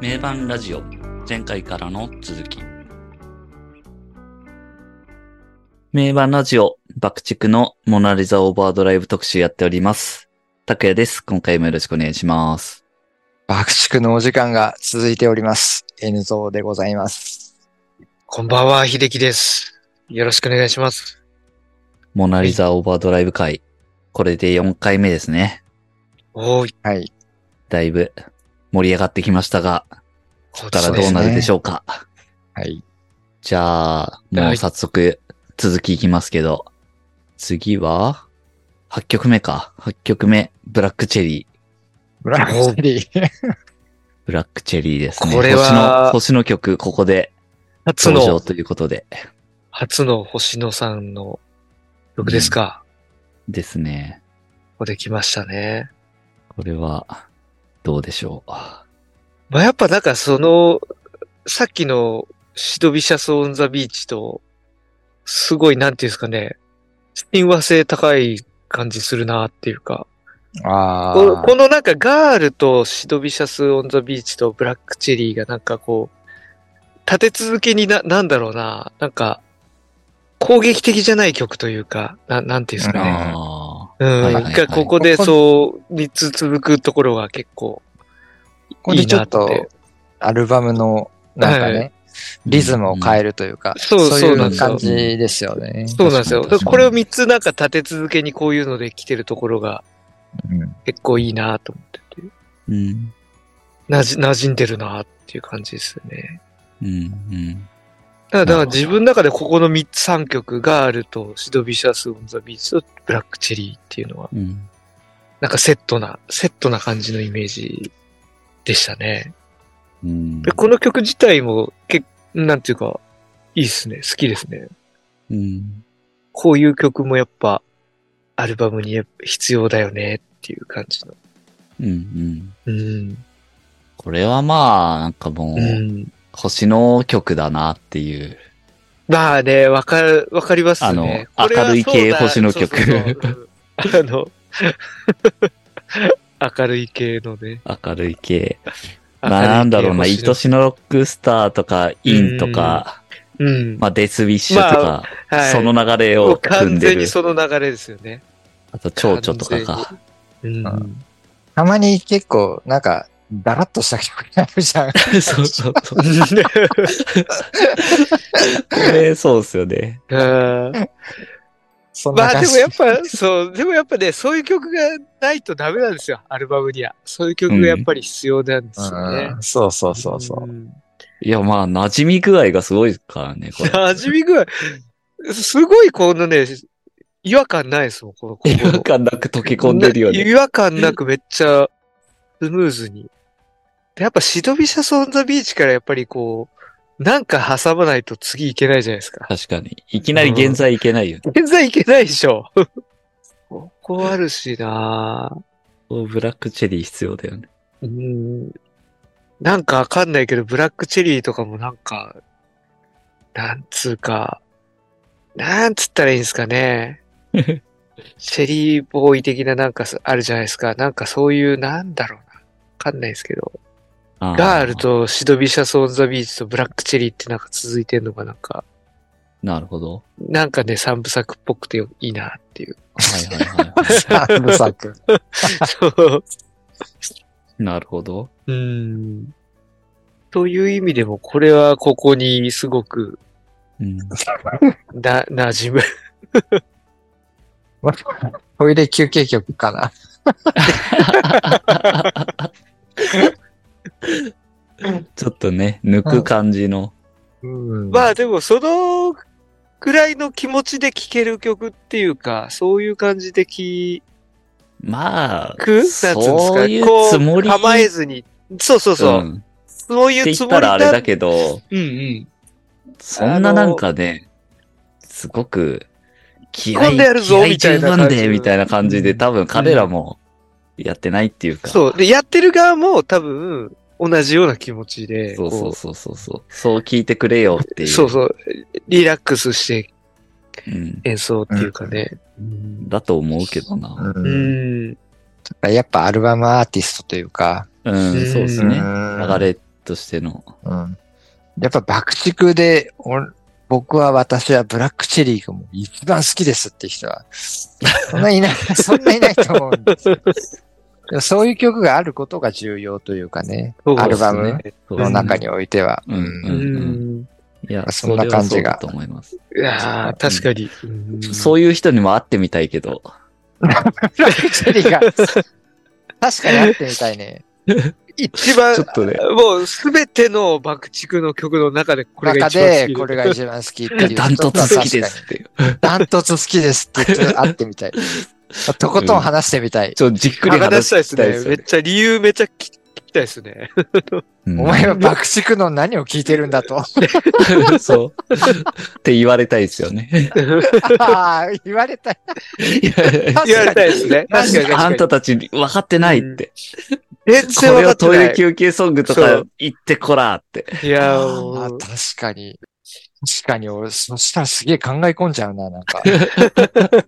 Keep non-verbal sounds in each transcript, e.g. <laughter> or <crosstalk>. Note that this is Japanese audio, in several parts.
名盤ラジオ前回からの続き名盤ラジオ爆竹のモナリザオーバードライブ特集やっております拓也です今回もよろしくお願いします爆竹のお時間が続いております。N ゾーでございます。こんばんは、秀樹です。よろしくお願いします。モナリザオーバードライブ会これで4回目ですねおーい、はい。だいぶ盛り上がってきましたがこここからどうなるでしょうかはい。じゃあ、もう早速続きいきますけど、次は、8曲目か。8曲目、ブラックチェリー。ブ <laughs> ラックチェリー。ブラックチェリーですね。これは星の、星の曲、ここで初登場の、ということで。初の星野さんの曲ですか。ですね。ここできましたね。これは、どうでしょう。まあ、やっぱなんかその、さっきのシドビシャスオンザビーチと、すごいなんていうんですかね、親和性高い感じするなっていうか。あこーこのなんかガールとシドビシャス・オン・ザ・ビーチとブラックチェリーがなんかこう、立て続けにな、なんだろうな、なんか、攻撃的じゃない曲というか、ななんていうんですかね。あうん。はいはいはいなんかここでそう、3つ続くところが結構、ここでちょっいいなってと、アルバムの、なんかね、はリズムを変える。るというか、そういそうなんうですよ感じですよね。そうなんですよ。確かに確かにこれを3つなんか立て続けにこういうので来てるところがうん結構いいなと思ってて、うん、うんなじ、馴染んでるなっていう感じですよね。うん、だかなら、だからるほど自分の中でここの3つ、3曲、ガールとシドビシャス・オン・ザ・ビーチとブラック・チェリーっていうのは、うん、うん。なんかセットな、セットな感じのイメージでしたね。うんで、この曲自体も、けなんていうか、いいっすね。好きですね。うん。こういう曲もやっぱ、アルバムにやっぱ必要だよねっていう感じの。うん、うん。うん。これはまあ、なんかもう、うん。星の曲だなっていう。まあね、わかる、わかりますね。あのこれは明るい系そうだ星野曲そうそうそううんあの、明るい系の <laughs> ね。明るい系。まあ、なんだろうな、明愛るい系星のしのロックスターとか、インとか、うん。まあ、デスウィッシュとか、はい。その流れもをう完組んで全るに。その流れですよね。あと、蝶々とかか。うん。あたまに結構、なんか、だらっとした曲になるじゃ <laughs> ん。そうそうそう。これ、そうっすよ <laughs> ね。うんそんまなあ感でじ。もやっぱ、そう、でもやっぱね、そういう曲がないとダメなんですよ、アルバムには。そういう曲がやっぱり必要なんですよね。うんそうそうそうそう。んいや、まあ、馴染み具合がすごいからね、これ。馴染み具合、すごいこのね、違和感ないですもん、この違和感なく溶け込んでるよなね。違和感なくめっちゃスムーズに。でやっぱシドビシャソンザビーチからやっぱりこう、なんか挟まないと次いけないじゃないですか。確かに。いきなり現在いけないよね。現在いけないでしょ。 <laughs> ここあるしなぁこうブラックチェリー必要だよね。うん。なんかわかんないけど、ブラックチェリーとかもなんか、なんつうか、なんつったらいいんですか <laughs> ね。チェリーボーイ的ななんかすあるじゃないですか。なんかそういう、なんだろうな。わかんないですけど。あガール。とシドビシャソンザビーチとブラックチェリーってなんか続いてんのがなんか、なるほ <laughs> ど。なんかね、三部作っぽくてよいいなって <laughs> いう。はいはいは三部 <laughs> 作。そう。い。なるほど。うん。という意味でも、これはここにすごく、うん。 <laughs> な、馴染む。トイレ休憩曲かな。ちょっとね、抜く感じの。うん <laughs> まあでも、そのくらいの気持ちで聴ける曲っていうか、そういう感じで聴まあ、くなんつうんですかそういうつもりこう構えずに。そうそうそう。んっそういうてつ言っもたりらあれだけど、うんうん。そんななんかね、すごく、気合込んでやるぞ気合十分みたいな感じで、のみたいな感じで、多分彼らもやってないっていうか。そう。で、やってる側も多分、同じような気持ちで、そうこそうそうそうそう。そう聞いてくれよっていう。そうそう。リラックスしてうん。演奏っていうかね。だと思うけどな。ううんん。やっぱアルバムアーティストというか、うん、そうですうね。ん流れとしての。うん。やっぱ爆竹で、お僕は私はブラックチェリーがもう一番好きですって人は、 <laughs> そんないない、 <laughs> そんないないと思うんですよでもそういう曲があることが重要というかね、そうですねアルバムそうの中においては。うんううんん。いや、そんな感じがそれはそうだと思います。いやー確かに。うんそういう人にも会ってみたいけど。ブラックチェリーが、確かにあってみたいね。一番ちょっとね。もうすべての爆竹の曲の中でこれが中一番好で、きで。これが一番好きっていう。ダントツ好きですっていう。ダントツ好きですって言って会ってみ <laughs> たい。とことん話してみたい。ちょっとじっくり話話したいでしすたいねです。よめっね。ちゃ理由めっちゃ聞きたいですね。うんお前は爆竹の何を聞いてるんだと。 <laughs> そう。って言われたいですよね。ああ言われたい。いやいや言われたいですね。確確かに確かあんにた。たち分かってないって。全然こ分れかをってトイなレい。休憩ソングとそかう言ってこらって。いやあー、ーまあもう確かに。確かに、俺、そしたらすげえ考え込んじゃうな、なん <laughs> か。あ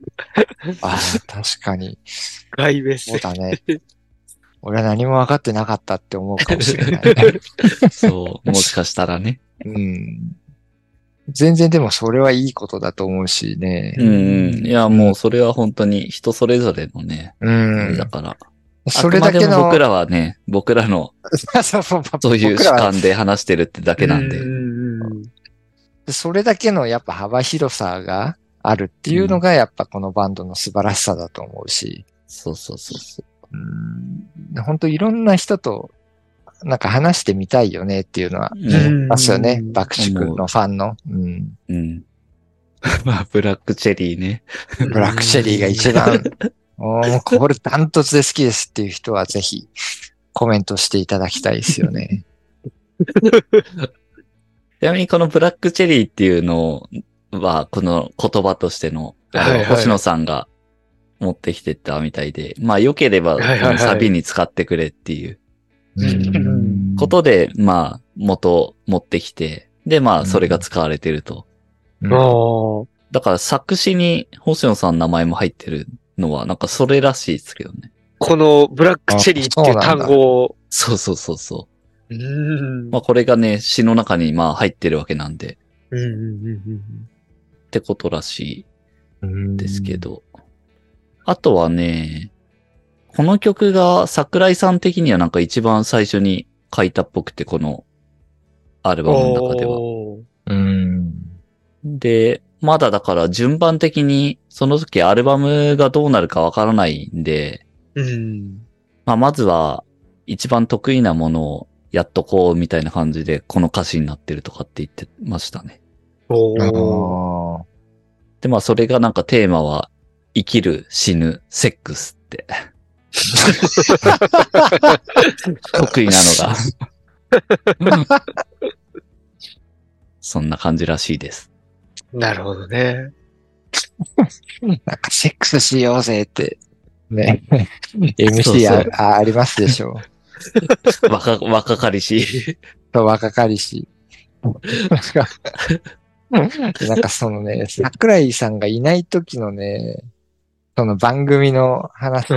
あ、確かに。外ベそスう。だね。俺は何も分かってなかったって思うかもしれ <laughs> ない。そう。もしかしたらね。うん。全然でもそれはいいことだと思うしね。うんうん。いや、もうそれは本当に人それぞれのね、うあれんだ。から。それだけあくまでもの僕、らはね、僕らの <laughs> そうそうそういう僕主らは観で話してるってだけなんで。ううんうんうんそれだけのやっぱ幅広さがあるっていうのがやっぱこのバンドの素晴らしさだと思うし、そうそうそうそう。うん、本当いろんな人となんか話してみたいよねっていうのはうん思いますよね。うん爆竹のファンの。うん、うん。 <laughs> まあ、ブラックチェリーね。ブラックシェリーが一番、おーもうこれダントツで好きですっていう人はぜひコメントしていただきたいですよね。ちなみにこのブラックチェリーっていうのは、この言葉としての、あのはいはい星野さんが持ってきてたみたいで、まあ良ければ、はいはいはいこのサビに使ってくれっていううんうんことで、まあ元持ってきて、でまうあんそれが使われてると。もだから作詞に星野さんの名前も入ってるのは、なんかそれらしいですけどね。う、このブラックチェリーっていう単語を。そうそうそうそうう。んまあこれがね、詩の中にまあ入ってるわけなんで、うんうんうんってことらしいですけ。ど。あとはね、この曲が桜井さん的にはなんか一番最初に書いたっぽくて、このアルうんバムの中では。おーうん。で、まだだから順番的にその時アルバムがどうなるかわからないんで、うん。まあまずは一番得意なものをやっとこうみたいな感じでこの歌詞になってるとかって言ってましたね。おあーーで、まあそれがなんかテーマは生きる、死ぬ、セックス <laughs> って。得意なの <laughs> が。そんな感じらしいです。なるほどね。なんかセックスしようぜって、ね、 <laughs> そう MC そあうあありますで <laughs> しょう。若、若かりし。と若かりし。なんか、 <laughs> なんかそのね、桜井さんがいない時のね、その番組の話、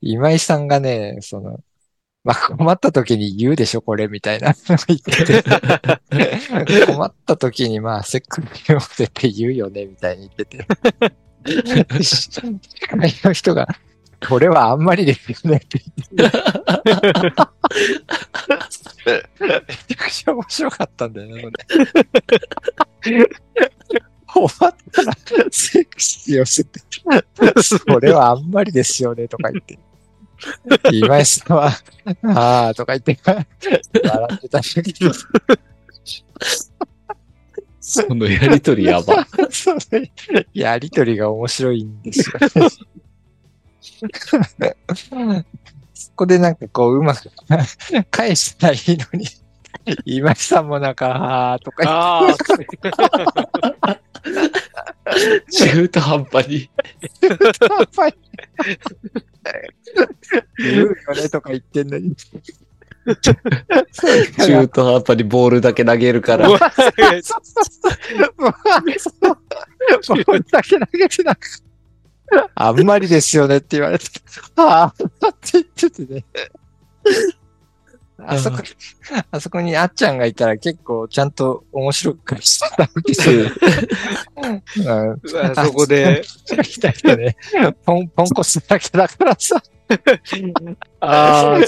今井さんがね、その、まあ、困った時に言うでしょ、これ、みた <laughs> いな。言ってて困った時に、まあ、セックスしようぜって言うよね、みたいに言ってて。会社の人が、これはあんまりですよねって言って。めちゃくちゃ面白かったんだよね。終わったら、セックスをしてて、これはあんまりですよねとか言 <laughs> って。今井さんは、ああ、とか言って、笑ってたんだけどそのやりとりやば。それ、やりとりが面白いんですよ。そこでなんかこう、うまく返したらいいのに、今井さんもなんか、あーとかああ、中途半端に。言うよねとか言ってんのに。中途半端にボールだけ投げるから。もうそうこれだけ投げてなく <laughs> あんまりですよねって言われて、ああ、って言っててね。あそこ、あそこにあっちゃんがいたら結構ちゃんと面白くしてたわけですよ。うん <laughs> うわそこで、来た人ね。ポン、ポンコツだらけだからさ。ああ、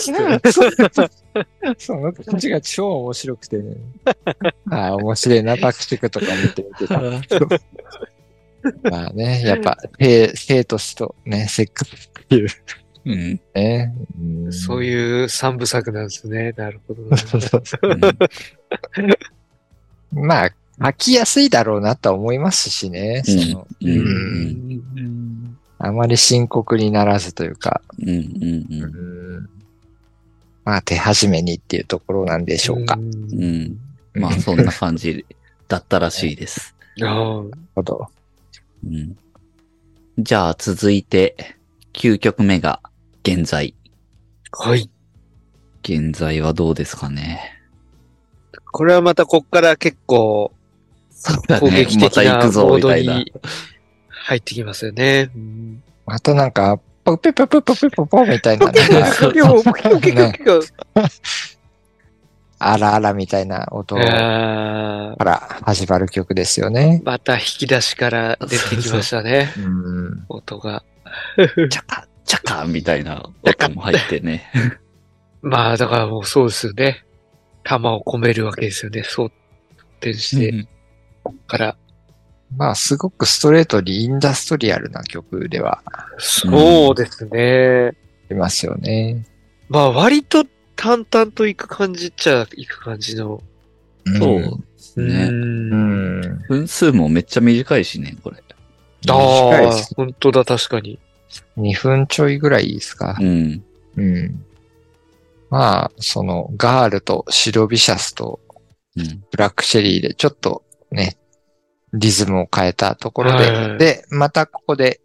その感じが超面白くてね。ああ、面白いな、爆竹とか見て見てた。まあね、やっぱ、生、生と死とね、セックスっていううん。ね。 <laughs> そういいう三部作なんですね。なるほどね。うんうん。まあ、飽きやすいだろうなとは思いますしね。そのうん。う。うんんあまり深刻にならずというか、うん。うん。うんまあ、手始めにっていうところなんでしょうか。。んうん。まあ、そんな感じだったらしいです。ああほど。うん。じゃあ、続いて、9曲目が、現在。はい。現在はどうですかね。これはまたこっから結構そうだ攻ね撃。ま的た行なくぞ、モーみドたいな。に入ってきますよね。うんまたなんか、ポピポピポピポポみたいな、なんかそう <laughs> でもピコピコピコあらあらみたいな音かあーら始まる曲ですよね。また引き出しから出てきましたね。うん。音が。チャカ、チャカみたいな音も入ってね。まあ、だからもうそうですよね。弾を込めるわけですよね。そう、転してから。まあ、すごくストレートにインダストリアルな曲ではあそうですね。りますよね。まあ、割と淡々と行く感じっちゃ行く感じの。そうですう。ね。うんん。うん。分数もめっちゃ短いしね、これ。あ短いあです、本当だ、確かに。 2分ちょいぐらいですかう。ん。うん。まあ、その、ガールとシロビシャスとうん。ブラックシェリーでちょっとね、リズムを変えたところで、はいで、またここで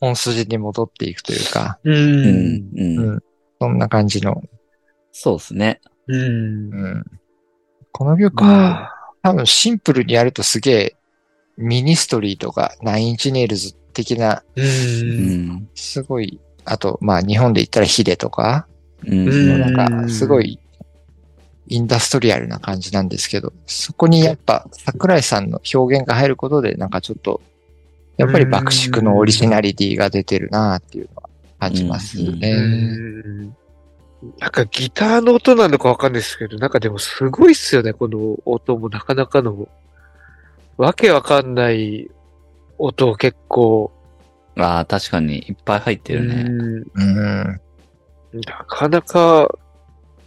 本筋に戻っていくというか、う。。うんうん。そんな感じの、そうですね。うんう。ん。この曲もまあ、多分シンプルにやるとすげえ、ミニストリーとかナインチネイルズ的な、う。うんん。すごい、あと、まあ日本で言ったらヒデとか、うん。ううんんなんかすごいインダストリアルな感じなんですけど、そこにやっぱ桜井さんの表現が入ることで、なんかちょっと、やっぱり爆竹のオリジナリティが出てるなっていうのは感じますうね。んなんかギターの音なのかわかんないですけど、なんかでもすごいっすよね、この音もなかなかの。わけわかんない音を結構。ああ、確かにいっぱい入ってるね。うんうん。なかなか、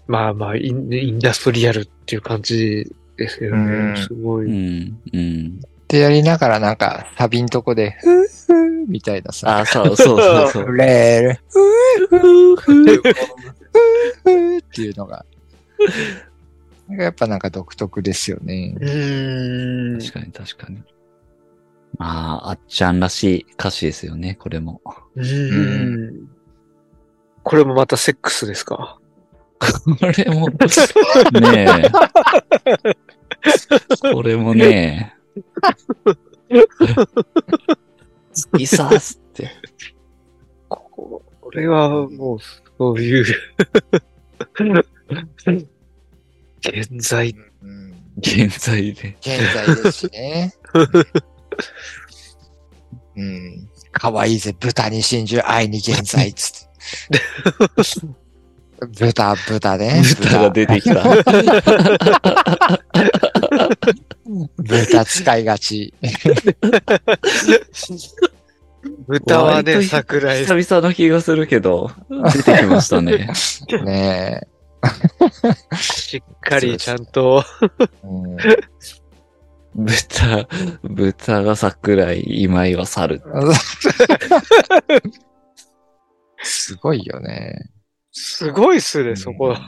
まあまあイン、インダストリアルっていう感じですようんね。すごうい。ん。うん。ってやりながらなんか、サビんとこで、ふーふーみたいなあさ、あ、そうそうそうそう。レール、ふーふー、ふーふーっていうのが、なんかやっぱなんか独特ですよね。うん。確かに確かに。まあ、あっちゃんらしい歌詞ですよね、これも。うん。これもまたセックスですかこれ <laughs> も、ねえ。これもねえ。いさすって。これはもう、そういう。現在、うん現在で。現在ですしね。うん。かわいいぜ、豚に真珠、愛に現在、つって。豚、豚ね。豚が出てきた。豚。豚使いがち。豚は割とね、桜井さん。 <laughs> 久々の気がするけど、出てきましたね。ねえ。しっかりちゃんと、うん、 <laughs> 豚、豚が桜井、今井は猿。すごいよね。すごいっすね、そこうんは。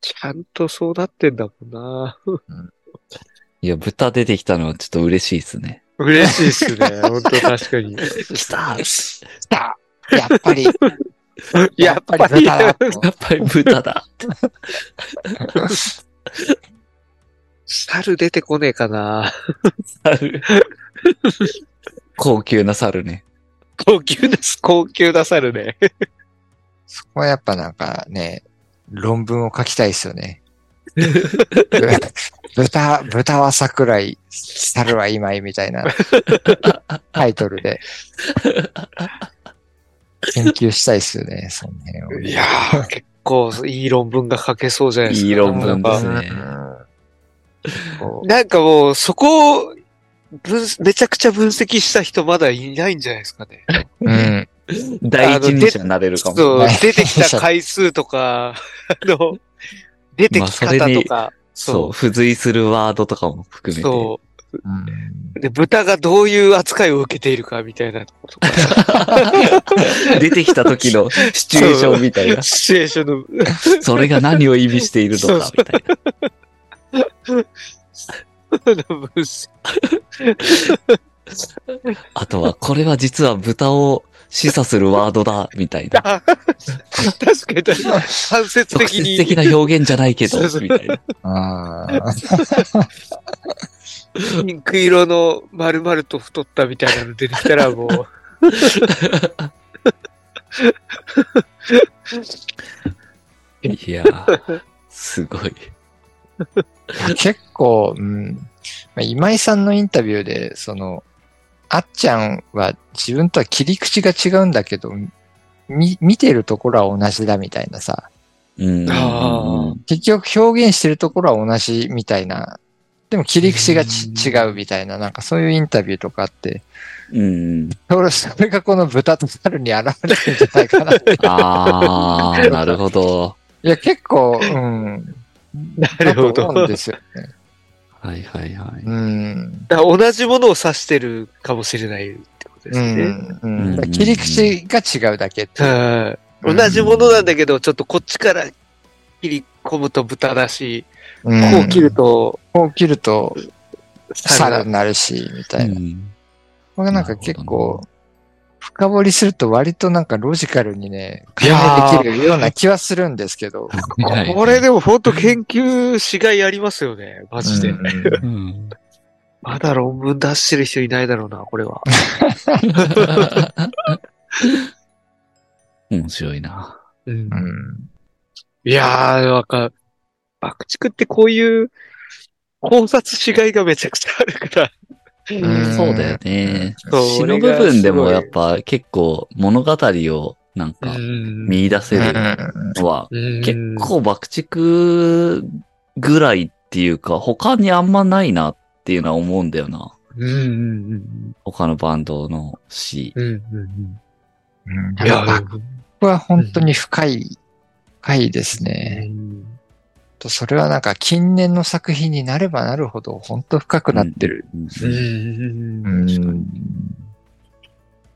ちゃんとそうなってんだもんな。いや、豚出てきたのはちょっと嬉しいですね。嬉しいっすね。本当確 <laughs> かに。来た来たやっぱり、やっぱり豚だとやっぱり豚だ猿出てこねえかな。猿。 <laughs> 高級な猿ね。高級な、高級な猿ね。そこはやっぱなんかね、論文を書きたいです <laughs> よね。豚、豚は桜井、猿は今井みた <laughs> いなタイトルで。研究したいですよね、その辺をね。いやー、結構いい論文が書けそうじゃないですか。いい論文ですねうんこなんかもう、そこを分、めちゃくちゃ分析した人まだいないんじゃないですかね。ううん。第一人者になれるかもしれそうない。、出てきた回数とか、 <laughs> あの、出てきま方あそれとにか、そう、付随するワードとかも含めて。そうんう。で、豚がどういう扱いを受けているかみたいなとことか、 <laughs> 出てきた時のシチュエーションみたいな。シチュエーションの、 <laughs> それが何を意味しているのか、みたいな。の分析あとは、これは実は豚を示唆するワードだ、みたい <laughs> な。あ確かに、間接直的接に。的な表現じゃないけどそうそ、うみたいな。あーピンク色の丸々と太ったみたいなの出てきたらも <laughs> う。いやー、すごい。 <laughs> 結構、うんまあ今井さんのインタビューで、その、あっちゃんは自分とは切り口が違うんだけど、み見てるところは同じだみたいなさ、うん。あ結局表現してるところは同じみたいな、でも切り口がちうん違うみたいな、なんかそういうインタビューとかあって、うん。それそれがこの豚と猿に現れてるんじゃない <laughs> かなって。いああ、なるほど。や、結構、うん。なるほど思うんですよね。はいはいはい。うん。だから同じものを指してるかもしれないってことですうね。ん。ううんんだから切り口が違うだけっていう。はい同じものなんだけど、ちょっとこっちから切り込むと豚だし、うこんう切るとこう切ると、猿猿だになるし、みたいな。うんこれがなんか結なるほ構、深掘りすると割となんかロジカルにね、いやー解明できるような気はするんですけど。はいこれでも本当研究しがいありますよね、マジで。うんうんまだ論文出してる人いないだろうな、これは。 <laughs> 面白いな。うんうんいやー、なんか、爆竹ってこういう考察しがいがめちゃくちゃあるから。んそうだよね。そう詩の部分でもやっ。俺がぱ結構物語をなんすごかいうん見出せるのはうん結構爆竹ぐらいっていうか他にあんまないなっていうのは思うんだよな。うんうん他のバンドの詩。うんうんうんうんうん。いや、バッうクは本当に深い、深いですね。んとそれはなんか近年の作品になればなるほど本当深くなってる。うん。うんうん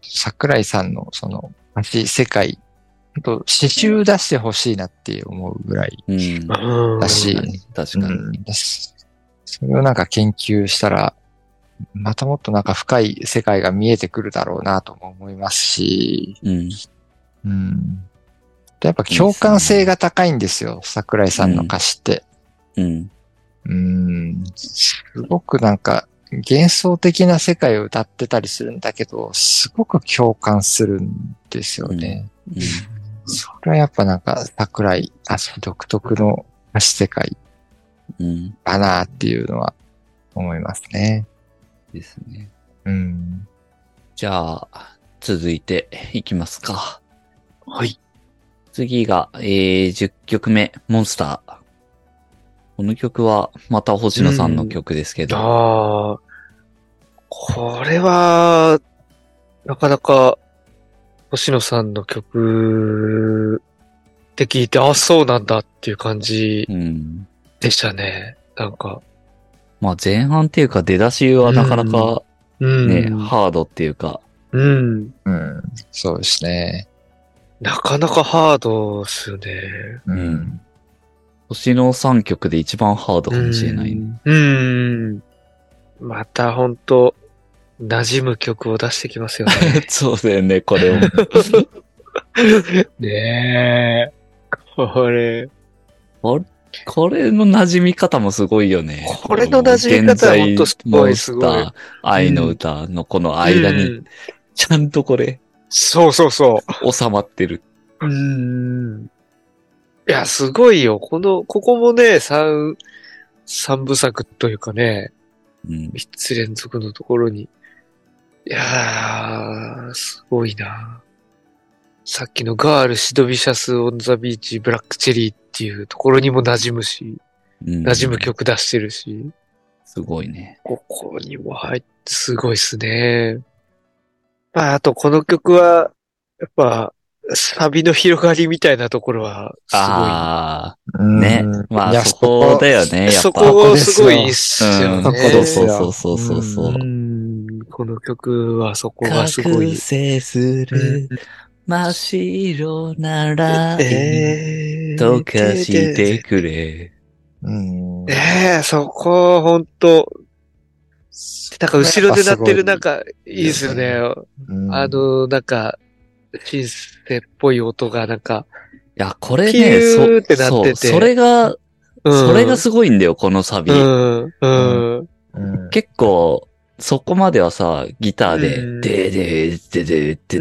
桜井さんのその、街、世界、本当刺繍出してほしいなって思うぐらい。うん。うんだし確かに。うんそれをなんか研究したら、またもっとなんか深い世界が見えてくるだろうなとも思いますし、うん。うん、やっぱ共感性が高いんですよ、桜井さんの歌詞って。うん。うん、すごくなんか幻想的な世界を歌ってたりするんだけど、すごく共感するんですよね。うんそれはやっぱなんか桜井歌詞独特の歌詞世界うん。だなっていうのは思いますね。ですね。うん。じゃあ、続いていきますか。はい。次が、えー、10曲目、モンスター。この曲は、また星野さんの曲ですけど。ああ、これは、なかなか、星野さんの曲って聞いて、あ、そうなんだっていう感じうん。でしたね。なんか、まあ、前半っていうか、出だしはなかなかうん。ね、ハードっていうか、うん。うん。そうですね。なかなかハードっすよね。ううん。星野3曲で一番ハードかもしれないね。うん。またほんと、馴染む曲を出してきますよね。 <laughs> そうだよね、これを。 <laughs> ねえ。これ。これの馴染み方もすごいよね。これの馴染み方はほんとすごい現在すごいモンスター愛の歌のこの間に、うんちゃんとこれ、そうそうそ収まってる。う。うん。いや、すごいよ。この、ここもね、三、三部作というかね、うん。三つ連続のところに。いやー、すごいな。さっきのガール、シドビシャス、オンザビーチ、ブラックチェリーっていうところにも馴染むし、うん馴染む。曲出してるし、すごいね。ここにも入って、すごいっすね。まあ、あとこの曲は、やっぱ、サビの広がりみたいなところは、すごいなああ、んね。まあ、そこだよね、やっぱ。そうんこすごいっすよそこうですね。よそうそうそうそう。ううんこの曲はそこがすごい。生する真っ白ならえー溶かしてくれ。うん。ねえ、そこ、ほんと。なんか後ろで鳴ってるなんか、いいですよね。うんあ、の、なんか、シンセっぽい音がなんか、いや、これピュね、ーってなってそてうそれが、うんそれがすごいんだよ、このサビ。うん、うん。うん結構、そこまではさ、ギターうんで、でででででで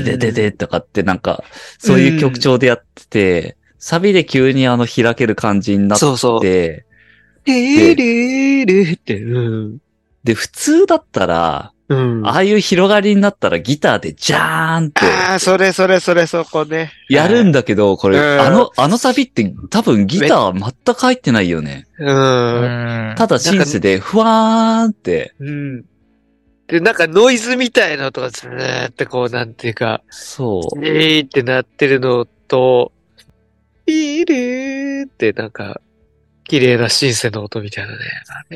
ででででとかってなんか、うんそういう曲調でやってて、サビで急にあの開ける感じになっそうそう。て、リリリって、うん。で、普通だったら、うん。ああいう広がりになったらギターでジャーンってあー、それそれそれそこね。やるんだけど、これ、うんあの、あのサビって多分ギター全く入ってないよね。うん。ただシンセでふわーんって、うん。で、なんかノイズみたいな音がずーってこう、なんていうか、そう。えーってなってるのと、ピールーってなんか、綺麗なシンセの音みたいな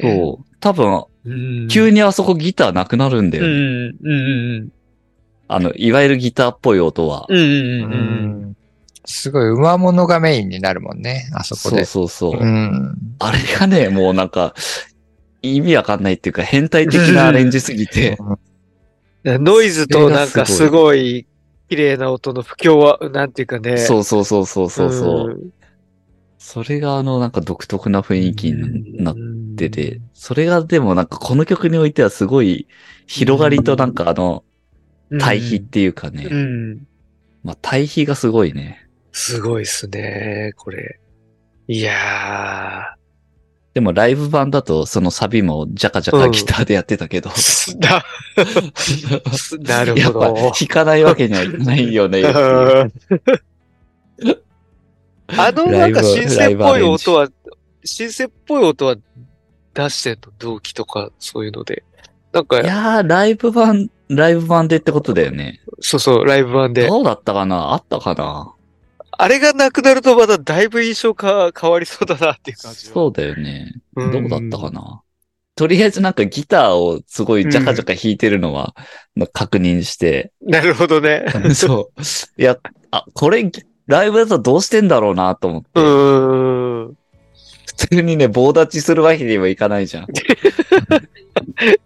ね。そう。多分、うん。急にあそこギターなくなるんだうん、よね。うん、うん、あの、いわゆるギターっぽい音は。うん、うん、ううんうん。んすごい、馬物がメインになるもんね、あそこそうで。そうそう。うん。あれがね、もうなんか、意味わかんないっていうか、変態的なアレンジすぎて。ノイズとなんかすごい、綺麗な音の不協は、なんていうかね。そうそうそうそうそうそう。ん。それがあの、なんか独特な雰囲気になっっってて、それがでもなんかこの曲においてはすごい広がりとなんかあの対比っていうかうね、ん。まあ対比がすごいね。すごいっすね、これ。いやでもライブ版だとそのサビもジャカジャカギターでやってたけど、ー。 <laughs> な、なるやほっど。ぱ弾かないわけにはいかないよ <laughs> ね。うんあの、なんか、シンセっぽい音は、シンセっぽい音は出してんの同期とか、そういうので。なんかい、やー、ライブ版、ライブ版でってことだよね。そうそう、ライブ版で。どうだったかなあったかなあれがなくなるとまだだいぶ印象が変わりそうだなっていう感じは。そうだよね。うどんうだったかなとりあえずなんかギターをすごいジャカジャカ弾いてるのは、確認して、 <laughs> なるほどね。 <laughs> そう。いや、あ、これ、ライブだとどうしてんだろうなと思って。うーん。普通にね、棒立ちするわけにはいかないじ <laughs> ゃん。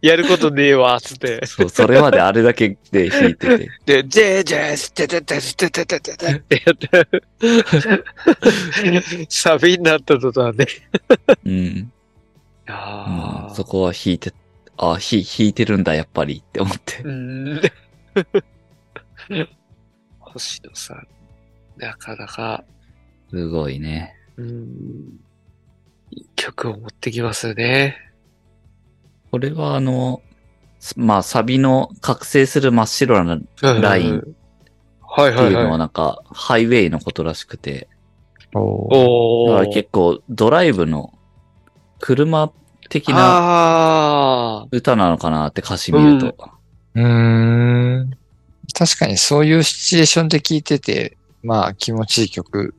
やることねえわ、つって。そう、それまであれだけで弾い <laughs> てて。で、ジェージェース、テテテテテテテテってやって、サビになった途端ね。うん。まああ、そこは弾いて、あ、ひ弾いてるんだ、やっぱりって思ってう。ん。星野さん、なかなか、すごいね。うん、いい曲を持ってきますよね。これはあの、すまあ、サビの覚醒する真っ白なっラインうん。はいてはいいうのは。はいなんか、ハイウェイのことらしくて。おーだおからー。結構ドライブの車的なああ。歌なのかなって歌詞見ると。うーん。確かにそういうシチュエーションで聴いてて、まあ気持ちいい曲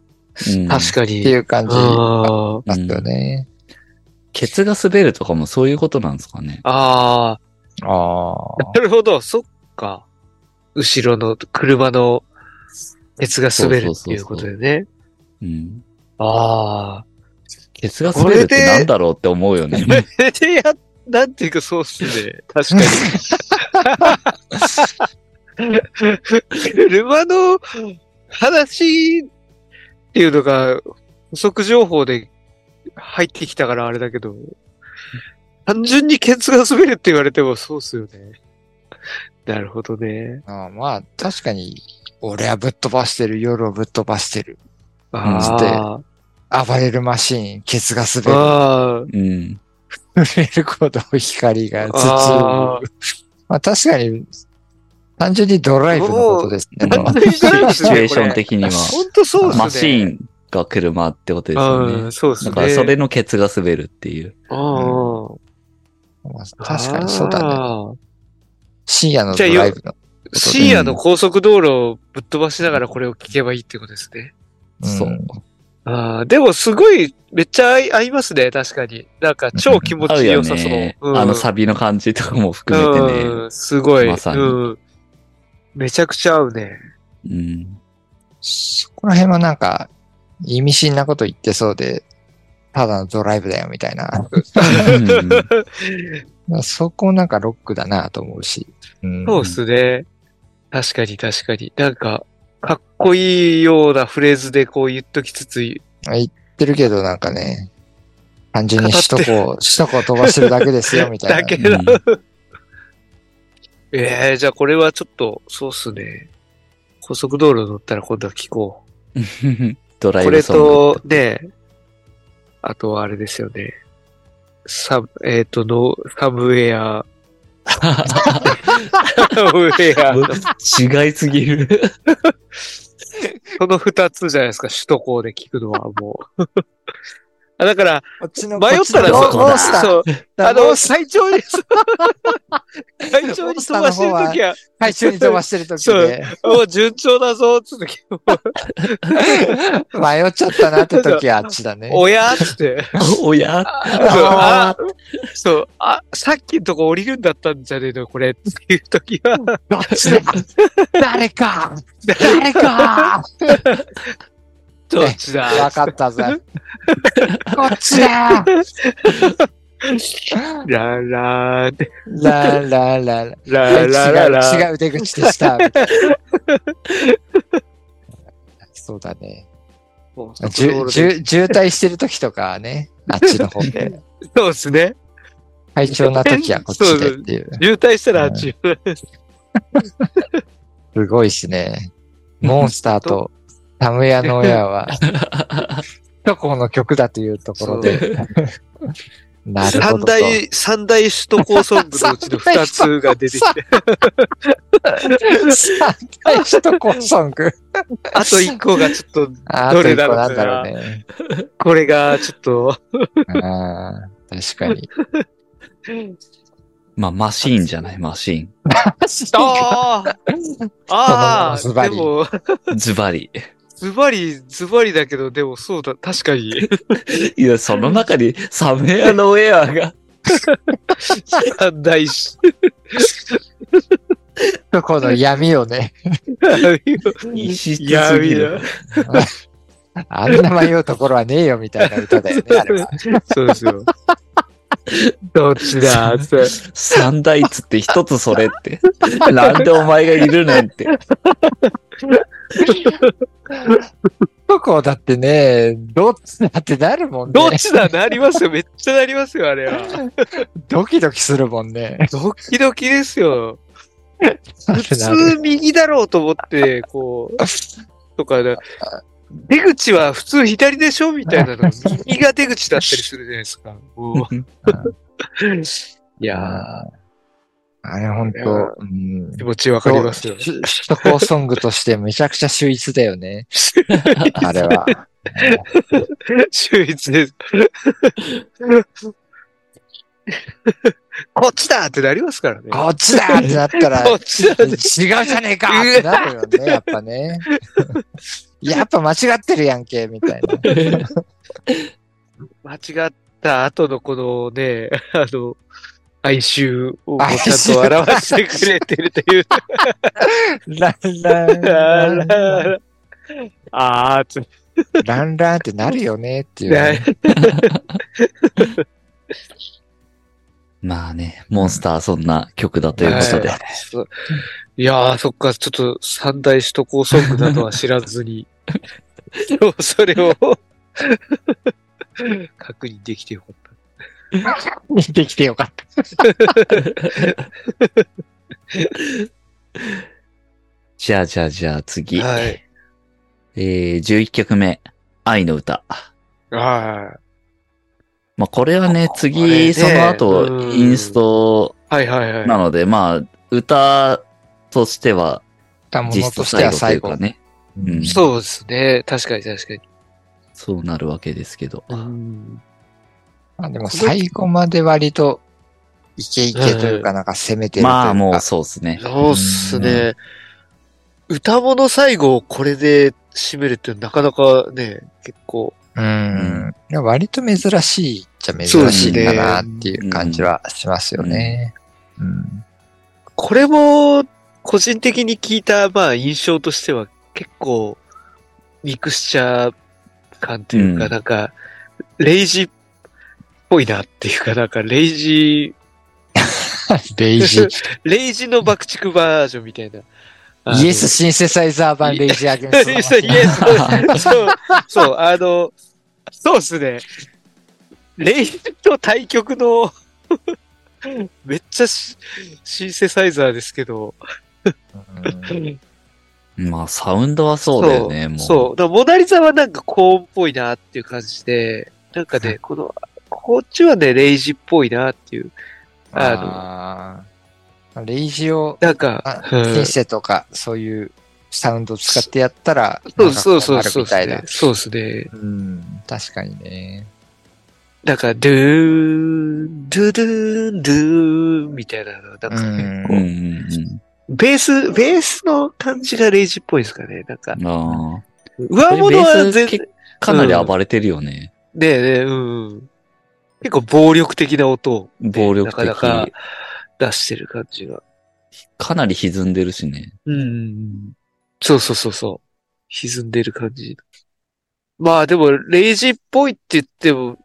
うん確かっに。ていう感じだあーったよね。ケツが滑るとかもそういうことなんですかね。ああー。なるほど、そっか。後ろの車の鉄が滑るっていうことでね。うん。ああ。ケツが滑るってなんだろうって思うよね。え <laughs> でや、なんていうかそうっすね。確かに。 <laughs> 車の話っていうのが補足情報で入ってきたからあれだけど、単純にケツが滑るって言われてもそうっすよね。なるほどね。あ。まあ確かに、俺はぶっ飛ばしてる、夜をぶっ飛ばしてる。あ暴れるマシーン、ケツがあ。 <laughs> 滑ああ。 <laughs> うん。る、触れること、光が、頭あ痛。まあ確かに、単純にドライブのことですね。まあ単純にシチドライブですねュエーション的には、ほんとそうですね。マシーンが車ってことですよねう。ん、そうですだね。からそれのケツが滑るっていう。うんまあ確かにそうだね。ね。深夜のドライブの。深夜の高速道路をぶっ飛ばしながらこれを聞けばいいってことですね。そんう。ああ、でもすごい、めっちゃ合い合いますね、確かに。なんか超気持あるちよ良さそう。ね。うんあのサビの感じとかも含めてねうん、すごい。まさにうん。めちゃくちゃ合うね。。うん。 <laughs> そこら辺はなんか、意味深なこと言ってそうで、ただのドライブだよみたいな。うんそこなんかロックだなと思うし。うん <laughs> そうですね。確かに確かに。なんか、かっこいいようなフレーズでこう言っときつつ、言ってるけどなんかね、単純に首都高、首都高飛ばしてるだけですよみたいな。だけうどん。 <laughs> ええじゃあこれはちょっと、そうっすね。高速道路乗ったら今度は聞こう。ドライこれブソンとグ、。ね、あとはあれですよね。サブ、えっ、と、の、サムウェア。サムウェアの。違いすぎる。 <laughs> その二つじゃないですか、首都高で聞くのはもう。 <laughs> あだから、こっちの迷ったらこっロちーのロどースター。そう、あロの、ース最長に、最長に飛ばしてるときは、最初に飛ばしてる時で、もう順調だぞ、つって、迷っちゃったなって時はあっちだね。おやつって。おやあそうあ、そう、あ、さっきのとこ降りるんだったんじゃねえの、これっていう時は、どっちだ誰か誰かどっちだわかった <laughs> ぜ。こっちだララーで、ララララ。ララララ違う違う出口でした。そうだね。もうじ道ゅ路じでゅ渋滞してる時とかはね、あっちの方で。 <laughs> そうですね。快調な時はこっちでっていう。渋滞したらうん自分です。すごいしね。モンスターとタムヤの親は、 <laughs> どこの曲だというところで。なるほど三と。大、三大首都高ソングのうちの二つが出 <laughs> てきて、三大首都高ソング。あと一個がちょっと、あ <laughs> どとれ一だ個なろうなんだろうね。これがちょっと、あー確か <laughs> に。 <laughs> まあ、マシーンじゃない、マシあーあズー、バでリも、ーン。ズバリ。ズバリ、ズバリだけど、でもそうだ、確 <laughs> かに。いや、その中にサムエアのウェアが。三大首ど <laughs> この闇をね、異質すぎ闇だる。。あんな迷うところはねえよみたいな歌だよ <laughs> ね、あれは。そうで <laughs> すよ。どっちだって。三大つって一つそれって。なんでお前がいるなんて。どこだってね、どっちだってなるもんね。どっちだなりますよ。めっちゃなりますよ、あれは。ドキドキするもんね。ドキドキですよ。な普るなる通右だろうと思って、こう、とかな、出口は普通左でしょみたい <laughs> なの。右が出口だったりするじゃないですか。 <laughs> もういやあれほんと、うんー、気持ちわかりますよ。し首都高ソングとしてめちゃくちゃ秀逸だよ <laughs> ね。あれは。秀逸です。こっちだってなりますからね。こっちだってなったら、こっちだって違うじゃねえかってなるよね、やっぱ <laughs> ね。やっぱ間違ってるやんけ、みたいな。間違った後のこのね、あの、哀愁をも哀愁ちゃんと表してくれてると <laughs> いう。ランランあランランーあーつっランランってなるよねっていてうね、ね。まあね、モンスターそんな曲だということで。そういやー、そっか、ちょっと三大首都高ソングだとは知らず <laughs> に、そうそれを確認できてよかった。できてよかった。じゃあじゃあじゃあ次。はいえー、11曲目。愛の歌。はまあ、これはね、これ次、ねその後、うんインストい。はいはいはい。なので、まあ、歌としては、たもの実と質し最ては後とい最う後か。ね。うんそうですね。確かに確かに。そうなるわけですけど。まあでも最後まで割と、イケイケというか、なんか攻めてるというか。まあ、もうそうですね。そうっすね。歌物最後をこれで締めるってなかなかね、結構。うん。割と珍しいっちゃ珍しいかなっていう感じはしますよね。うん。これも、個人的に聞いた、まあ、印象としては、結構、ミクスチャー感というか、うんなんか、レイジーっぽいなっていうか、なんか、レイジレイジ。ー、レイジーの爆竹バージョンみたいな。あのイエスシンセサイザー版レイジアゲンストザマ <laughs> シン。イエス、そう、そう、あの、そうっすね。レイジと対局の、めっちゃシシンセサイザーですけど、うんまあ、サウンドはそうだよね、もう。そう。だからモナリザはなんか高音っぽいなっていう感じで、なんかね、この、こっちはね、レイジっぽいなっていう。あの、レイジを、なんかあ、うんシンセとか、そういうサウンドを使ってやったら、そうそうそうなんかこなるそうみたいな。そうですね。うん、確かにね。なんか、ドゥーン、ドゥドゥーン、ドゥーンみたいなの、なんか結構、うんうんベース、ベースの感じがレイジっぽいですかね。なんかう、ん。ああ。上物はベース全然結、かなり暴れてるよね。ねえねえ、うんうん。結構暴力的な音をね、暴力的なかなか出してる感じが。かなり歪んでるしね。うんうんうん。そうそうそうそう。歪んでる感じ。まあでも、レイジっぽいって言っても、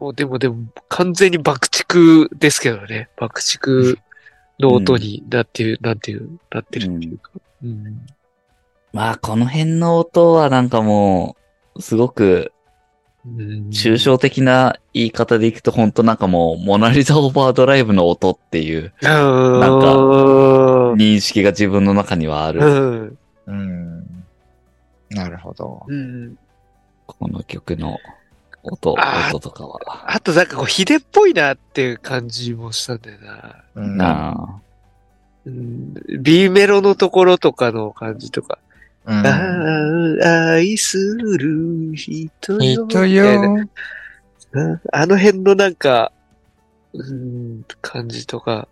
もうでもでも、完全に爆竹ですけどね。爆竹の音になってる、なんていう、なってるっていうか。うん。まあ、この辺の音はなんかもう、すごくうん抽象的な言い方でいくと、ほんとなんかもう、モナリザオーバードライブの音っていうなんんかか認識が自分の中にはあうる。ん。うん。なるほど。うん。この曲の音、あー音とかは。あとなんかこう、ヒデっぽいなっていう感じもしたんだよな。うんあうん、B メロのところとかの感じとか。うんああ、愛する人人よ。みたいな。よ。うんあの辺のなんか、うん、感じとか。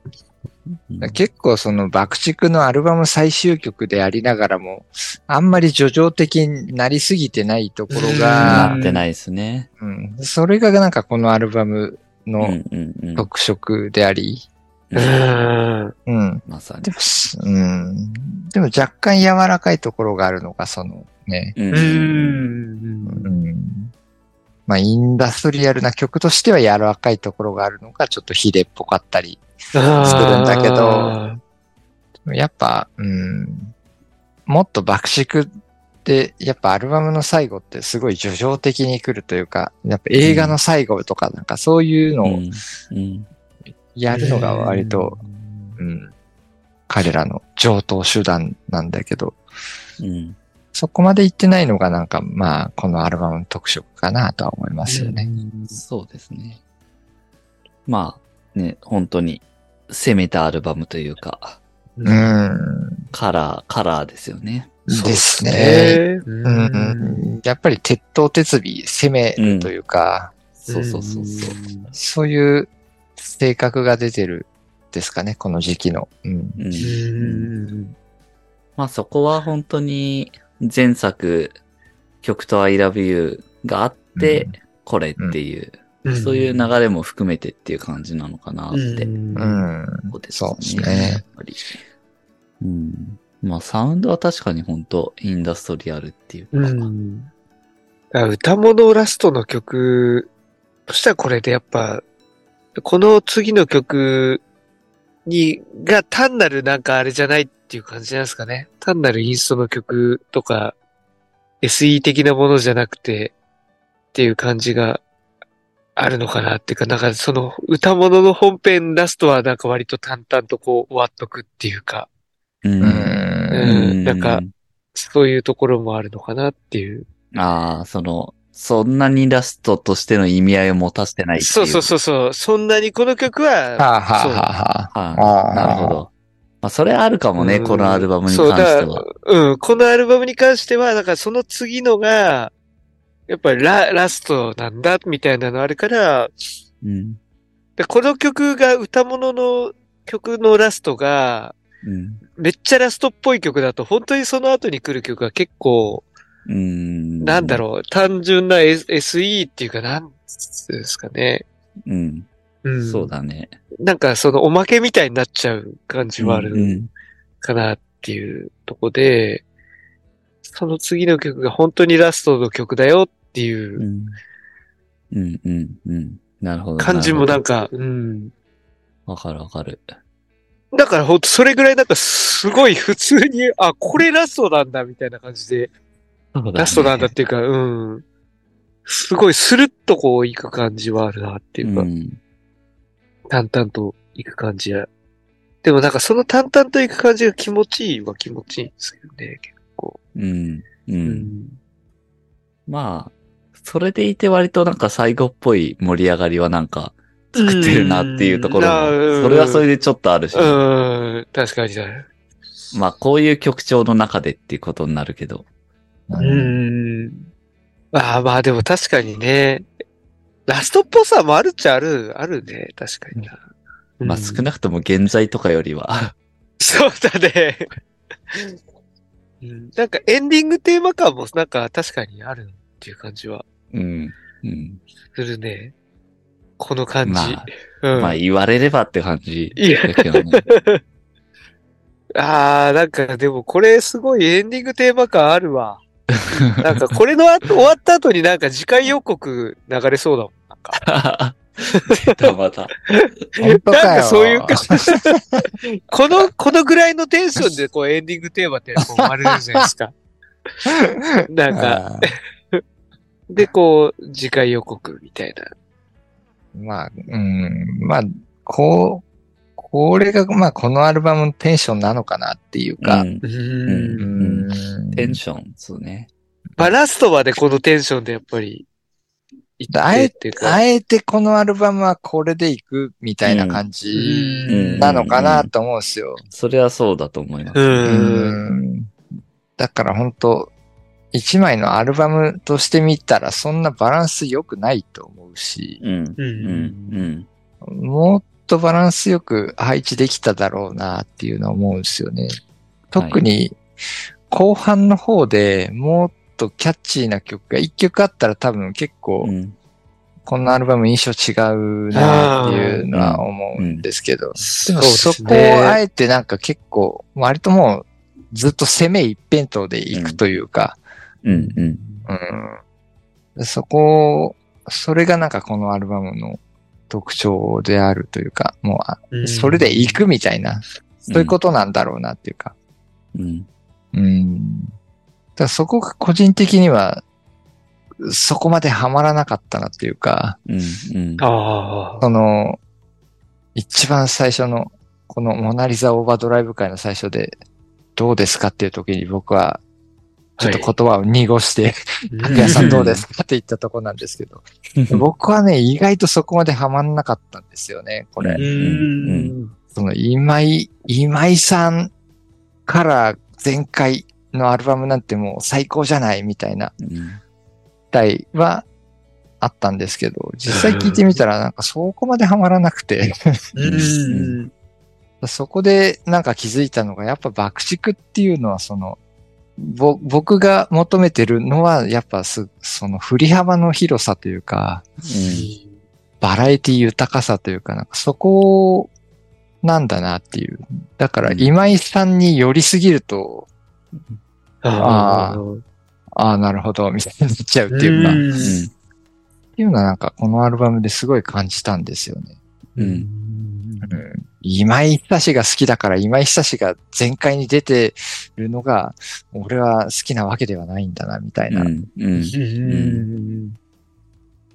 ー結構その爆竹のアルバム最終曲でありながらも、あんまり叙情的になりすぎてないところうがな、ってないですね。うんそれがなんかこのアルバムうんのうんうん。特色であり、うん。うん。まさでもす、うん。でも若干柔らかいところがあるのが、そのね、に。ううん。ん。うん。まあ、インダストリアルな曲としては柔らかいところがあるのが、ちょっとヒデっぽかったり。作るんだけど。やっぱ、うん。もっと爆竹って、やっぱアルバムの最後ってすごい叙情的に来るというか、やっぱ映画の最後とかなんかそういううのをんうんやるのが割と、うん。彼らの上等手段なんだけど、うん。そこまで行ってないのがなんか、まあ、このアルバムの特色かなとは思いますよね。そうですね。まあ、ね、本当に攻めたアルバムというか、うん。ううんん。カラー、カラーですよね。そうっすでね。ううん。ん、やっぱり鉄頭鉄尾攻めるというか、そうそうそうそう。そういう性格が出てるですかね、この時期の。うん。うんうん。まあそこは本当に前作、曲と I love you があって、うんこれっていう、んそういう流れも含めてっていう感じなのかなって。うんうん。そうでそうですねやっぱり。うん。まあサウンドは確かに本当インダストリアルっていうか。うん。だから歌物ラストの曲、そしたらこれでやっぱ、この次の曲に、が単なるなんかあれじゃないっていう感じなんですかね。単なるインストの曲とか、SE 的なものじゃなくて、っていう感じがあるのかなっていうか、なんかその歌物の本編ラストはなんか割と淡々とこう終わっとくっていうか、う。うんんうんなんかそういうところもあるのかなっていう。ああ、その、そんなにラストとしての意味合いを持たせてないっていう。そうそうそうそう。そんなにこの曲は、はあ、はあはあははあい。なるほ。ど。まあ、それあるかもね、うんこのアルバムにそう関だしては。うん、このアルバムに関しては、だからその次のが、やっぱりララストなんだ、みたいなのあるから、うん。でこの曲が歌物の曲のラストが、うん。めっちゃラストっぽい曲だと、本当にその後に来る曲が結構、うん。なんだろう、単純な、S、SE っていうか、なんつうんですかね。う。うん。うん。そうだね。。なんかそのおまけみたいになっちゃう感じはあるかなっていうとこで、その次の曲が本当にラストの曲だよっていううんうん。うん。うん。なるほど。感じもなんか。か、うん。わかるわかる。だからほんとそれぐらいなんかすごい普通に、あ、これラストなんだみたいな感じで、ラストなんだっていうか、うん。すごいスルッとこう行く感じはあるなっていうか、ん。淡々と行く感じや。でもなんかその淡々と行く感じが気持ちいいは気持ちいいんですけどね。うん。う。うんん。まあ、それでいて割となんか最後っぽい盛り上がりはなんか作ってるなっていうところうんも、それはそれでちょっとあるし、うん、確かにね。まあこういう曲調の中でっていうことになるけど。ううんん。まあまあでも確かにね、ラストっぽさもあるっちゃある、あるね。確かにな。まあ少い。なくとも現在とかよりは。そうだね。うんなんかエンディングテーマ感もなんか確かにあるっていう感じはうん。うん。するね。この感じ。まあうんまあ言われればって感じいやだけどね。ああ、なんかでもこれすごいエンディングテーマ感あるわ。なんかこれのあと終わった後になんか次回予告流れそうだもん。なんか出たまた。本当かなんよ。かそういう感 <laughs> じ。この、このぐらいのテンションでこうエンディングテーマってこう生まれるじゃないで <laughs> すか。なんか、あでこう次回予告みたいな。ーまあ、うん、まあ、こう、これが、まあ、このアルバムのテンションなのかなっていうか、うんう。うんんテンション、そうね。バラストまでこのテンションでやっぱり、いってっていうか。あえてこのアルバムはこれでいくみたいな感うじんなのかなと思うんですよ。それはそうだと思います。うん。うんだから本当一枚のアルバムとして見たらそんなバランス良くないと思うし、うん。う。うん。うんん。もっとバランスよく配置できただろうなっていうのは思うんですよね。特に後半の方でもっとキャッチーな曲が一曲あったら多分結構うん。このアルバム印象違うなっていうのは思うんですけど、でもそこをあええてなんか結構、割ともうずっと攻め一辺倒で行くというか、うん。うん。うんそこを、それがなんかこのアルバムの特徴であるというか、もうあ、それで行くみたいな、そういうことなんだろうなっていうか。うん。うん。だからそこが個人的には、そこまでハマらなかったなっていうか、うん。うん。ああ。その、一番最初の、このモナリザオーバードライブ会の最初で、どうですかっていう時に僕は、ちょっと言葉を濁して、拓、也、さんどうですかって言ったとこなんですけど、僕はね、意外とそこまでハマんなかったんですよね、これ。ううんん。その、今井、今井さんから前回のアルバムなんてもう最高じゃないみたいなうん期待はあったんですけど、実際聞いてみたらなんかそこまでハマらなくて、うん。そこでなんか気づいたのが、やっぱ爆竹っていうのはその、ぼ、僕が求めてるのは、やっぱす、その振り幅の広さというか、バラエティ豊かさというか、なんかそこなんだなっていう。だからうん今井さんに寄りすぎると、ああああ、なるほど、みたいになっちゃうっていうか、っうんていうのはなんかこのアルバムですごい感じたんですよね。うん。今井久志が好きだから今井久志が全開に出てるのが俺は好きなわけではないんだなみたいな、うん。うん。うん。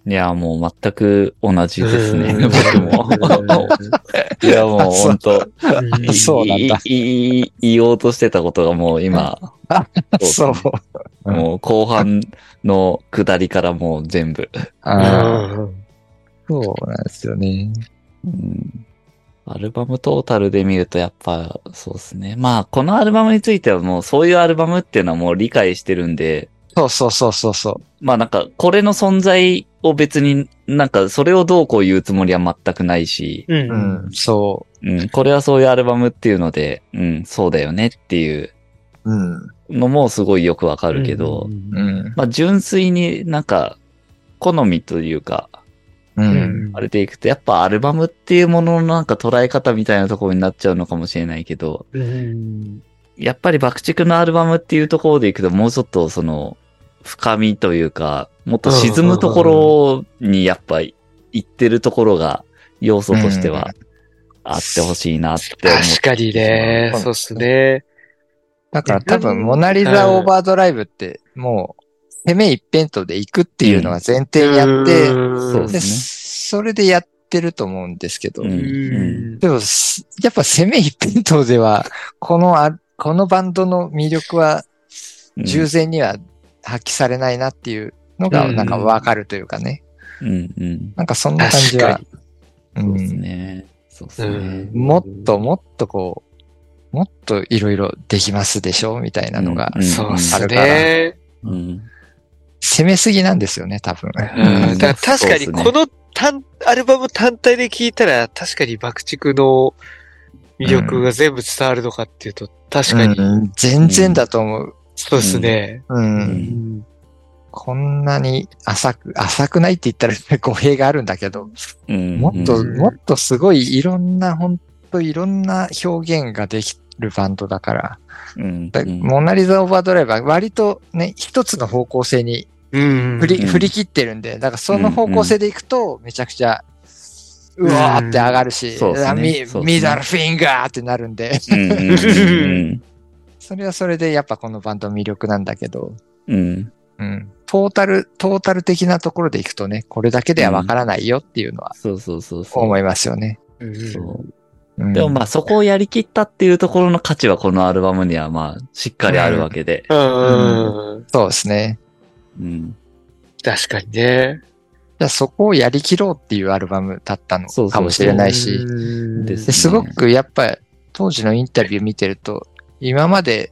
いや、もう全く同じですね。僕も。いや、もう本当うんそうなんだいいいい言おうとしてたことがもう今、 <laughs> そう。うんもう後半の下りからもう全部。あーうんそうなんですよね。うんアルバムトータルで見るとやっぱそうですね。まあ、このアルバムについてはもうそういうアルバムっていうのはもう理解してるんで、そうそうそうそうそう。まあなんか、これの存在を別になんかそれをどうこう言うつもりは全くないし、う。うんん、そうん、これはそういうアルバムっていうので、うん、そうだよねっていうう。うん。のもすごいよくわかるけど、うんうん。まあ純粋になんか、好みというか、う。うんんあれでいくと、やっぱアルバムっていうもののなんか捉え方みたいなところになっちゃうのかもしれないけど、うんやっぱり爆竹のアルバムっていうところでいくと、もうちょっとその、深みというか、もっと沈むところにやっぱ行ってるところが、要素としてはあってほしいなって思っ確かにね、そうっすね。だから多分、モナリザオーバードライブって、もう、攻め一辺倒で行くっていうのが前提にやって、うんそうで、ですねそれでやってると思うんですけど、うんでも、すやっぱ攻め一辺倒では、このあ、このバンドの魅力は、うん従前には発揮されないなっていうのが、うんなんかわかるというかね。うんうん。なんかそんな感じは。うそうですんね。そうですうんね。もっともっとこう、もっといろいろできますでしょみたいなのがう、んそうっすあるからね。うん。攻めすぎなんですよね、多分。うんだから確かにそうっすねこの単、アルバム単体で聞いたら、確かに爆竹の魅力が全部伝わるのかっていうと、確かに、うん全然だと思う。そうですね。うんうんこんなに浅く、浅くないって言ったら語弊があるんだけど、うんもっと、うんもっとすごいいろんな、ほんといろんな表現ができるバンドだから、うんだモナリザ・オーバードライブは割とね、一つの方向性にうん。振り,、うん振り切ってるんで、だからその方向性でいくと、めちゃくちゃ、ううんわーって上がるし、そうっすねあミそうっすねミダルフィンガーってなるんで、 <laughs> うんうんうんそれはそれでやっぱこのバンド魅力なんだけど、うん。うん。うん、トータル、トータル的なところでいくとね、これだけではわからないよっていうのはそうそうそうそう。思いますよね。うんそううん、でもまあそこをやりきったっていうところの価値はこのアルバムにはまあしっかりあるわけで。うんうん。そうですね。うん。確かにね。じゃあそこをやりきろうっていうアルバムだったのそうそうかもしれないし、うんですですごくやっぱ当時のインタビュー見てると、今まで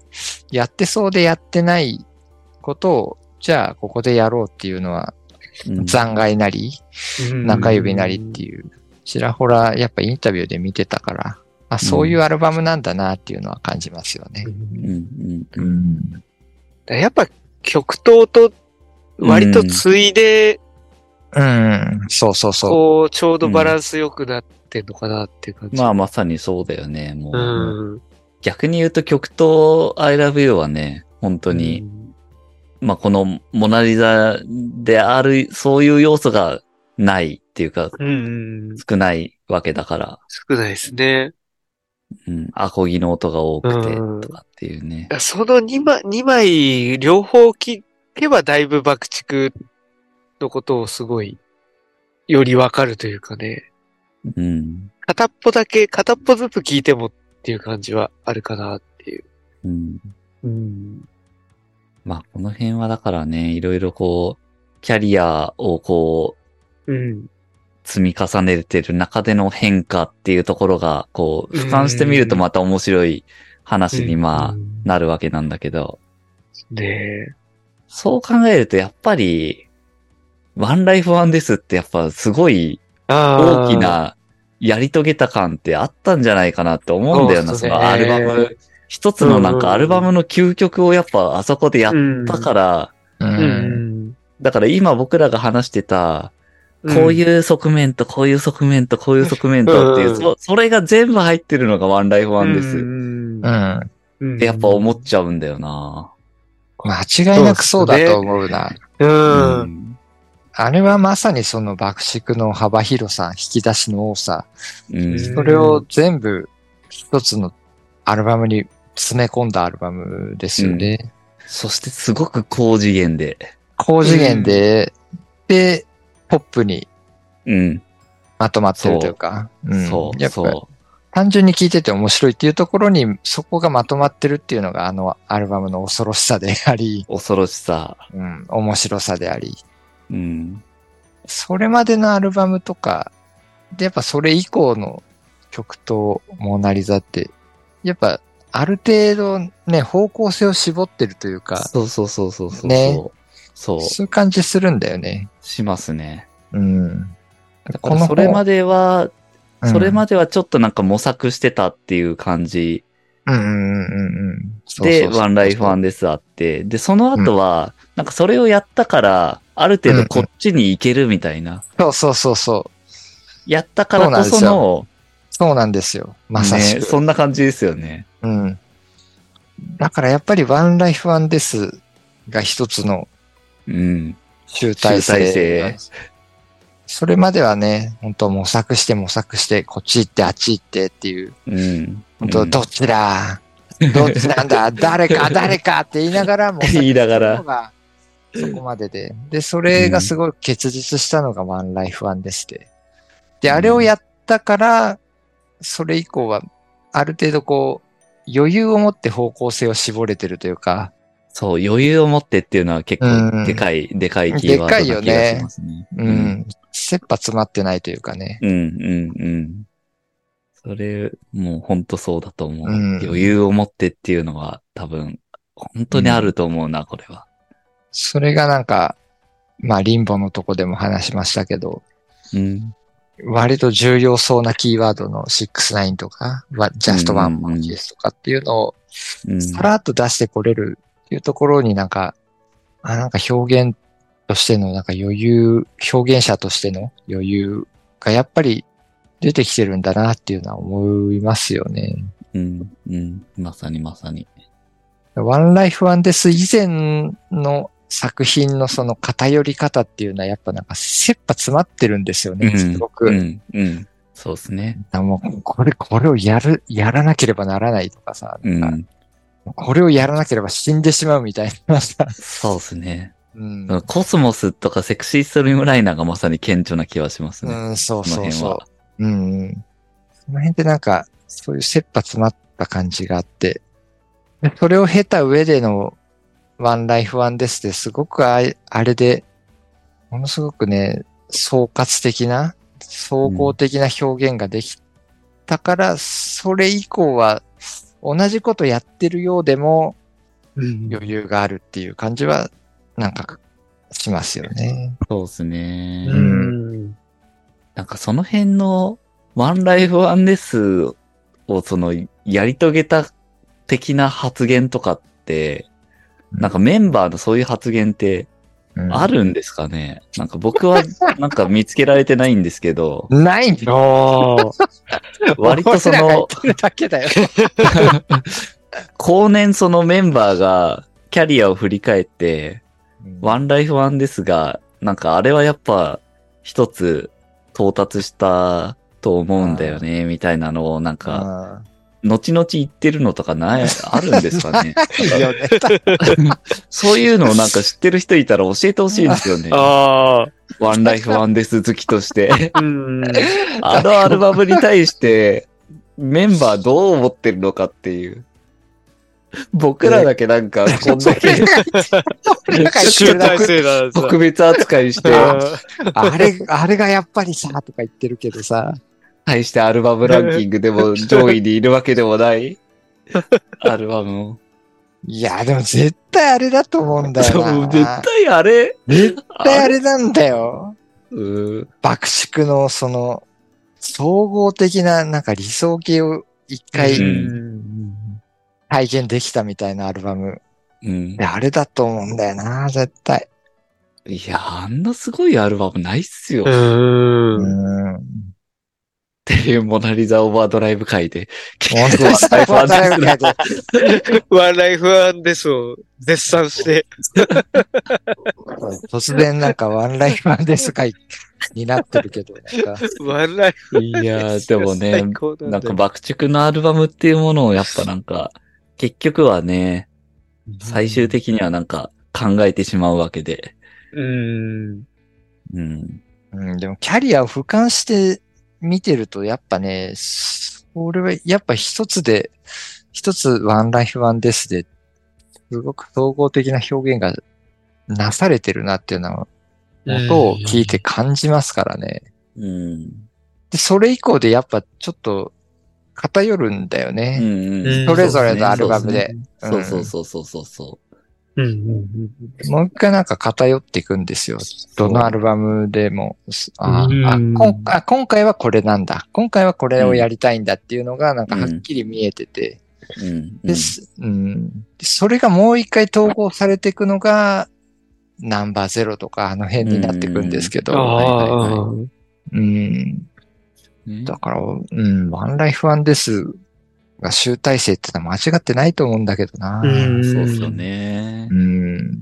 やってそうでやってないことを、じゃあここでやろうっていうのは、うん残骸なり、うん中指なりっていう、ちらほらやっぱインタビューで見てたから、あそういうアルバムなんだなっていうのは感じますよねう。んうんうんうんん。だからやっぱ曲頭と割とついで、うん、そうそうそう。こう、ちょうどバランス良くなってんのかなっていう感じ。まあまさにそうだよね。もう、うん。逆に言うと曲と I love you はね、本当に、まあこのモナリザである、そういう要素がないっていうかうん。うん。少ないわけだから、少ないですね。うん、アコギの音が多くてうんとかっていうね。その2枚、二枚両方切けばだいぶ爆竹のことをすごい、よりわかるというかね。うん。片っぽだけ、片っぽずつ聞いてもっていう感じはあるかなっていう。うんうん。まあ、この辺はだからね、いろいろこう、キャリアをこう、うん。積み重ねてる中での変化っていうところが、こう、俯瞰してみるとまた面白い話に、まあ、あ。なるわけなんだけど、ねえ。そう考えるとやっぱり、ワンライフワンですってやっぱすごいあー大き。なやり遂げた感ってあったんじゃないかなって思うんだよな、そそうっすねのアルバム。一つのなんかアルバムの究極をやっぱあそこでやっうんたから、う。うんん。だから今僕らが話してた、んこういう側面と、こういう側面と、こういう側面とっていう、うんそ、それが全部入ってるのがワンライフワンです。っんう。ん。てやっぱ思っちちゃうんだよな。間違いなくそうだと思うな。う。うんん。あれはまさにその爆竹の幅広さ、引き出しの多さ、うん。それを全部一つのアルバムに詰め込んだアルバムですよね。そしてすごく高次元で。高次元で、で、ポップにうん。まとまってるというか。んそう、やっぱそ単純に聴いてて面白いっていうところに、そこがまとまってるっていうのがあのアルバムの恐ろしさであり、う。恐ろしさ。うん、面白さであり。うん。それまでのアルバムとか、で、やっぱそれ以降の曲とモナリザって、やっぱある程度ね、方向性を絞ってるというか、そうそうそうそうそう。ねそう。そういう感じするんだよね。しますね。うん。だからそれまでは、うんそれまではちょっとなんか模索してたっていう感じうんうんうんうん。そうそうで、そうそうワンライフワンですあって、で、その後は、なんかそれをやったから、ある程度こっちに行けるみたいな。そうそうそうそう。やったからこその、そうなんですよ。まさしく。ね、そんな感じですよね。うん。だからやっぱりワンライフワンですが一つのうん。集大成。集大成それまではね、本当模索して模索して、こっち行ってあっち行ってっていう、うん。本当うんどっちだ、どっちなんだ誰か誰かって言いながらも、 <laughs> 言 <laughs> いながらそこがそこまでで。で、それがすごい結実したのがワンライフワンですで。で、あれをやったから、それ以降は、ある程度こう、余裕を持って方向性を絞れてるというか、そう、余裕を持ってっていうのは結う構んでかい、でかいキーワードな気がしますね。うん、切羽詰まってないというかね。うん、うん、うん。それ、もうほんとそうだと思う。うん余裕を持ってっていうのは多分、本当にあると思うな、これは。それがなんか、まあ、リンボのとこでも話しましたけど、うん。割と重要そうなキーワードの69とか、わジャストワンマンキースとかっていうのをうん、さらっと出してこれるっていうところになんか、あなんか表現としてのなんか余裕、表現者としての余裕がやっぱり出てきてるんだなっていうのは思いますよね。うん、うん。まさにまさに。ワンライフワンです以前の作品のその偏り方っていうのはやっぱなんか切羽詰まってるんですよね、すごく。うん、うん。そうですね。もうこれ、これをやる、やらなければならないとかさ、うなんかん。これをやらなければ死んでしまうみたいなさ、そうですね。うん、コスモスとかセクシーストリームライナーがまさに顕著な気はしますね。うん、そうこのそう辺そは。う。うんうん。その辺でなんか、そういう切羽詰まった感じがあって、でそれを経た上でのワンライフワンですって、すごくあいあれで、ものすごくね、総括的な、総合的な表現ができたから、それ以降は、同じことやってるようでもうん余裕があるっていう感じは、なんか、しますよね。そうですね。うん。なんかその辺のワンライフワンレスをそのやり遂げた的な発言とかって、なんかメンバーのそういう発言ってうんあるんですかね、なんか僕はなんか見つけられてないんですけど、ないのああ。割とそ俺らが言っのてるだけだよ。 <laughs> 後年そのメンバーがキャリアを振り返って、ワンライフワンですが、なんかあれはやっぱ一つ到達したと思うんだよね、みたいなのをなんか、か。後々言ってるのとかない、あるんですかねい <laughs> いよね。そういうのをなんか知ってる人いたら教えてほしいんですよね。あワンライフワンデス好きと <laughs> して。あ。うん。あのアルバムに対して、メンバーどう思ってるのかっていう。僕らだけなんか、こんだけ俺らが言って集るだ大け成だ。特別扱いして、あれ、あれがやっぱりさ、とか言ってるけどさ。対してアルバムランキングでも上位にいるわけでもない、アルバムを。いや、でも絶対あれだと思うんだよそうな。絶対あれ絶対あれなんだよ。うん爆竹のその、総合的ななんか理想系を一う回ん体験できたみたいなアルバム。うんい。やあれだと思うんだよな、絶対。いや、あんなすごいアルバムないっすよ。う。っうんん。ていうモナリザオーバードライブ会で。本 <laughs> 当に結構最高ワンライだフワンよですね。ワンライフワンですを絶賛して。突然なんかワンライフワンですかいになってるけど、なんか、ワンライフいやー、でもね最、高なだんか爆竹のアルバムっていうものをやっぱなんか、結局はね、最終的にはなんか考えてしまうわけで。うん。うん。うん、でもキャリアを俯瞰して見てると、やっぱね、俺はやっぱ一つで、一つワンライフワンですで、すごく総合的な表現がなされてるなっていうのを、音を聞いて感じますからね。うん。で、それ以降でやっぱちょっと偏るんだようんね。うんそれぞれのアルバムで。そうそううんそうそうそうそうんうんうんもう一回なんか偏っていくんですよ。うどのアルバムでも。すあうんあこんあ今回はこれなんだ。今回はこれをやりたいんだっていうのがなんかはっきり見えてて。う。うん。で、すうん、でそれがもう一回統合されていくのが、ナンバーゼロとかあの辺になっていくんですけど。あはいはいはいあ、うんうんだから、うん、ワンライフワンですが集大成ってのは間違ってないと思うんだけどな。うんそうっすよねう。ん。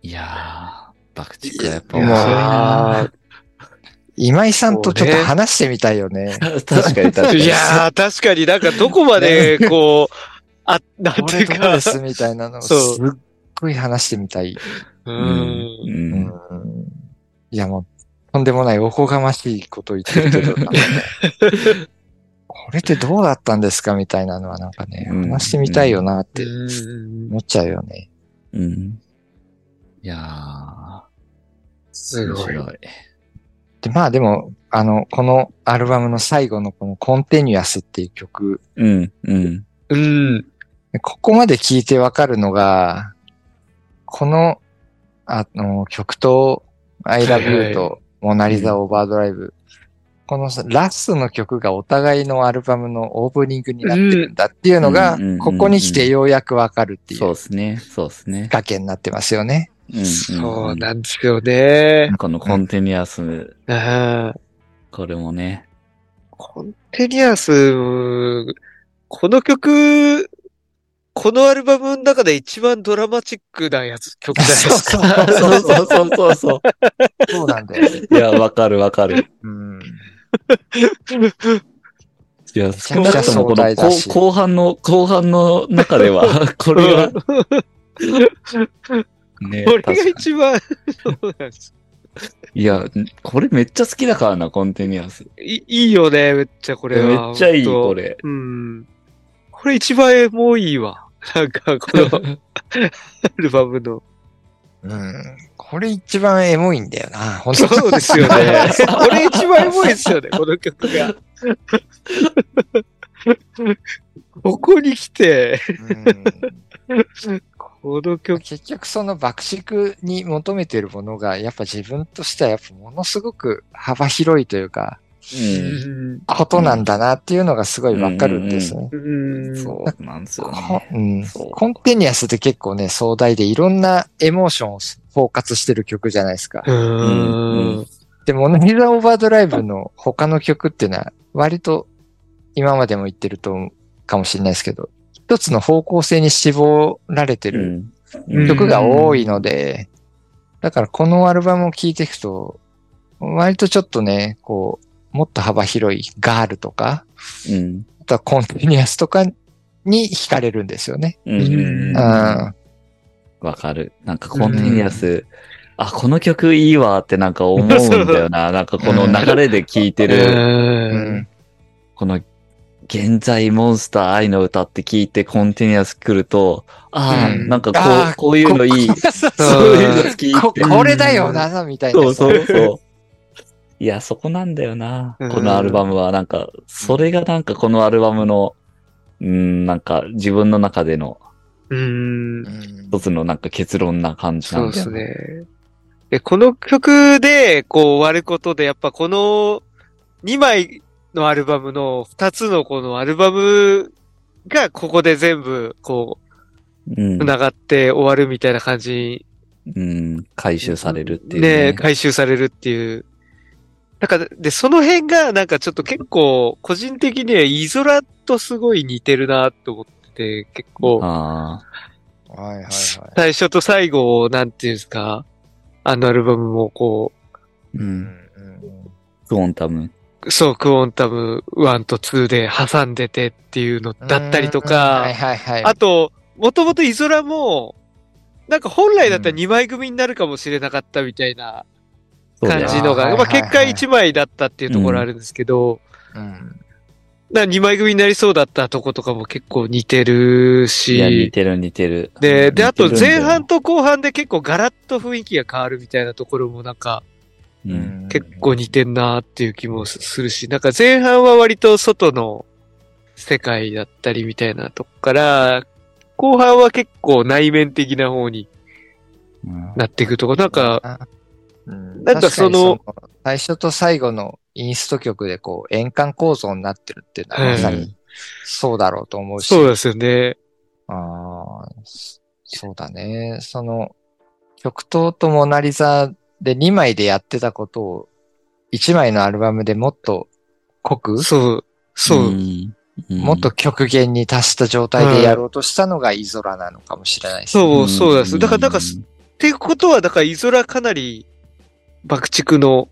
いやー、爆竹はやっぱい面や白いな。今井さんとちょっと話してみたいよね。確かに確かに。いやー、確かになんかどこま <laughs> で、こう、あ、なんてい俺うどうかで、すみたいなのをすっそうごい話してみたい。う。うん。うんん。いや、もう、とんでもないおこがましいこと言って <laughs> るけど、なんかねこれってどうだったんですかみたいなのはなんかね、うん話してみたいよなってうん思っちゃうよね。うん。うん。いやー、す面ごい。白い。で、まあでも、あの、このアルバムの最後のこのコンティニュアスっていう曲、うん、うん。うん。ここまで聞いてわかるのが、この、あの、曲と、I はい Love You と、モナリザ・オーバードライブ。このさラストの曲がお互いのアルバムのオープニングになってるんだっていうのがうんうんうんうん、ここに来てようやくわかるっていうそうで仕すね、そうですね。掛けになってますよね。うんそうなね。んですよね。このコンティニアス、うんこれもね。コンテニアス、この曲、このアルバムの中で一番ドラマチックなやつ、曲じゃないですか。 <laughs> <laughs> そうそうそうそうそそうなんだよね。う。いや、わかるわかる。うん。いや、ち少ゃくちなゃくともこの壮大だし後後半の、後半の中では、 <laughs> これは、ね、こ確れがかに一番、そうなんですいや、これめっちゃ好きだからな、コンティニアス。い <laughs> いいよね、めっちゃこれめは。っちゃいい、ほんとこ。れ。うん。これ一番もういいわ。なんか、このアルバムの。うん。これ一番エモいんだよな。本当そうですよね。 <laughs> これ一番エモいですよね、この曲 <laughs> が。ここに来て、うんこの曲、結局その爆竹に求めてるものが、やっぱ自分としてはやっぱものすごく幅広いというか、うことなんだなっていうのがすごいわかるんですね。うんん。そうなんですよこね。うんそうコンティニアスって結構ね、壮大でいろんなエモーションを包括してる曲じゃないですか。うーん。で、モノヒザオーバードライブの他の曲っていうのは、割と今までも言ってると、かもしれないですけど、一つの方向性に絞られてうるん。うん曲が多いので、だからこのアルバムを聴いていくと、割とちょっとね、こう、もっと幅広いガールとか、うん。あとはコンティニアスとかに惹かれるんですよね。うんうんう。うんんあわかる。なんかコンティニアス、あ、この曲いいわってなんか思うんだよな。なんかこの流れで聴いてる、うん。この、現在モンスター愛の歌って聞いてコンティニアス来ると、ああ、うんなんかこあーう、こういうの <laughs> いい。そういうの好きこって。これだよな、みたいな。そうそうそう。いや、そこなんだよな。うんこのアルバムは、なんか、それがなんかこのアルバムの、うん、なんか自分の中でのうんう。ん。一つのなんか結論な感じなそんだうでよすね。ね。で、この曲で、こう、終わることで、やっぱこの2枚のアルバムの2つのこのアルバムが、ここで全部、こう、繋がって終わるみたいな感じにうん。うん。回収されるっていうねね。え回収されるっていう。なんか、で、その辺が、なんかちょっと結構、個人的には、イゾラとすごい似てるなと思ってて、結構、ああ。はいはいはい。最初と最後を、なんていうんですか、あのアルバムも、こう。うんんクオンタム。う、そう、クオンタム1と2で挟んでてっていうのだったりとうんはいか、はいはい。あと、もともとイゾラも、なんか本来だったら2枚組になるかもしれなかったみたいな、そうだ感よじのが、あーまはあいはいはい結果1枚だったっていうところあるんですけど、うん。な2枚組になりそうだったとことかも結構似ているや、似し、てる似てる。で、で、あと似てるんだ前よ半と後半で結構ガラッと雰囲気が変わるみたいなところもなんかうん。結構似てんなーっていう気もするし、なんか前半は割と外の世界だったりみたいなとこから、後半は結構内面的な方にうんなっていくとこ、なんか、うん、なんかその確かにその最初と最後のインスト曲でこう、円環構造になってるっていうのはまさうにそうだろうと思うし。そうですよね。ああ、そそうだね。その、極東とモナリザで2枚でやってたことを、1枚のアルバムでもっと濃く、そう、そう。んもっと極限に達した状態でやろうとしたのがイゾラなのかもしれないですね。そう、そうです。だから、なんか、うすっていうことは、だから、イゾラかなり、爆竹の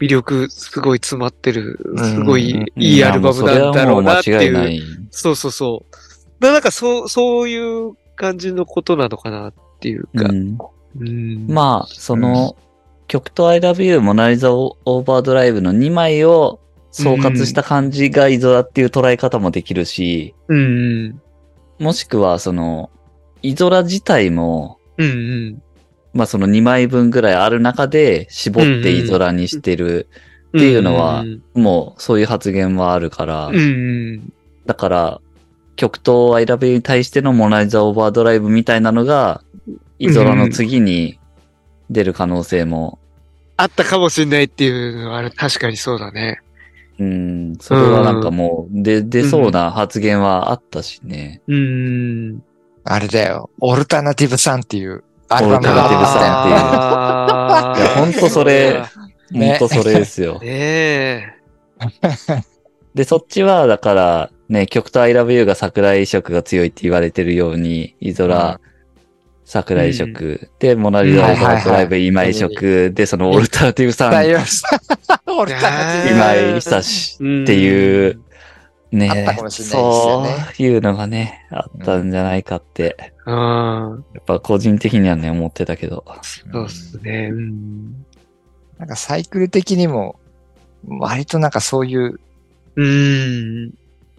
魅力、すごい詰まってる、すごうんいいいアルバムなんだろうなってやもそれはも間違い。いうない。そうそうそう。だなんか、そう、そういう感じのことなのかなっていうか。うんうん。まあ、その、曲と I love you モナリザオーバードライブの2枚を総括した感じがイゾラっていう捉え方もできるし、うんうん。もしくはその、イゾラ自体も、うんうん。まあその2枚分ぐらいある中で絞ってイゾラにしてる、ていうのはうんもうそういう発言はあるからうん、うん。だから、曲と I love you に対してのモナリザオーバードライブみたいなのが、イゾラの次に出る可能性も、あったかもしれないっていうのは、あれ、確かにそうだね。うん、それはなんかもう、で、出そうな発言はあったしね。うん。あれだよ。オルタナティブさんっていうアオルルバタムナティブさんが出てたよねあーいやほんとそれうんほんとそれですよ。ねで、そっちは、だから、ね、曲と I love you が桜井色が強いって言われてるように、イゾラ、桜井色、で、モナリザ・オーバードライブ、今井色、で、そのオルタナティブさ大ん、丈夫です。 <laughs> オルタナティブ今井久志え。んっていう。ね、あったかもしれないですよそねういうのがね、あったんじゃないかって、うん。やっぱ個人的にはね、思ってたけど。そうっすね。うん。なんかサイクル的にも、割となんかそういううん。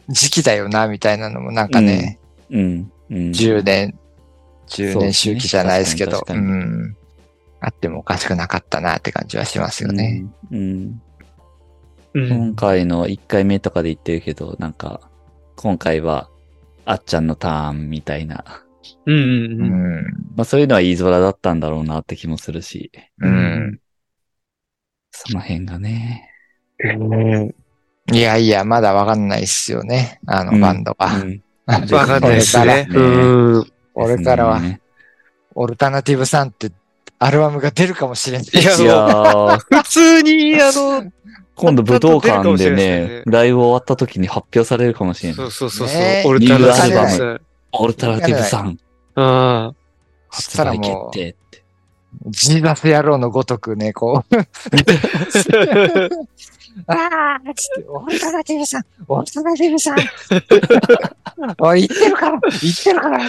時期だよな、みたいなのもなんかね、うん。うん。 10年、10そうですね年周期じゃないですけど確、かうに確ん。あってもおかしくなかったなって感じはしますよね。うん。うん。う今ん。回の1回目とかで言ってるけど、なんか、今回は、あっちゃんのターンみたいな。う。うんん。まあそういうのは言い空だったんだろうなって気もするし、うん。その辺がね。うん。いやいや、まだわかんないっすよね。あうのんバンドは。うん <laughs> わかんないっすね。これからうん。俺からはですねオルタナティブさんってアルバムが出るかもしれない。いやいやー、普通に、あの、今度武道館で出るかもしれないですねね、ライブ終わった時に発表されるかもしれなそい。うそうそうそうね。えオルタナティブニューアルさん。オルタラティブさん、あそし発たら売も決う、定って。ジーバス野郎のごとくね、こう、ああ、つって、オルタナティブさん、オルタナティブ <laughs> さん。おい、言ってるから、言ってるから。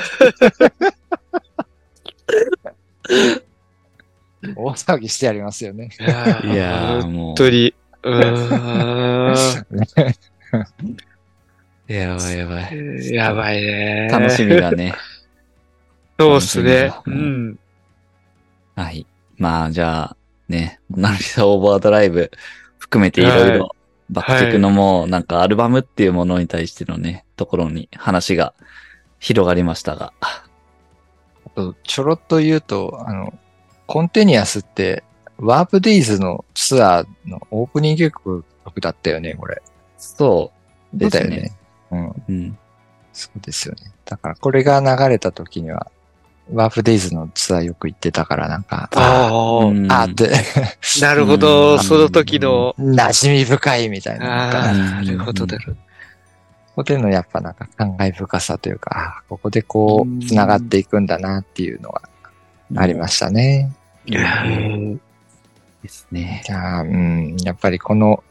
大騒ぎしてやりますよね。あ。 <laughs> いやー、本も当う。に。うん。やばいやばい。やばいね。楽しみだね。そうっすね。楽しうみだん。はい。まあ、じゃあ、ね、モナリザオーバードライブ含めていろいはろ、バックテクのもう、なんかアルバムっていうものに対してのね、ところに話が広がりましたが。と <laughs> ちょろっと言うと、あの、コンテニアスって、ワープディーズのツアーのオープニング曲だったよね、これ。そうそうでだすよね。ね。うん。うん。そうですよね。だから、これが流れた時には、ワープデイズのツアーよく行ってたから、なんか、ああ。うんあーって、なるほど。うんその時の。 <laughs> 馴染み深いみたいな。なんあかあ、なるほどだろ。ここでのやっぱなんか感慨深さというか、あーここでこうんう、繋がっていくんだなっていうのがありましたね。うんうんですね。いやーうん、やっぱりこの、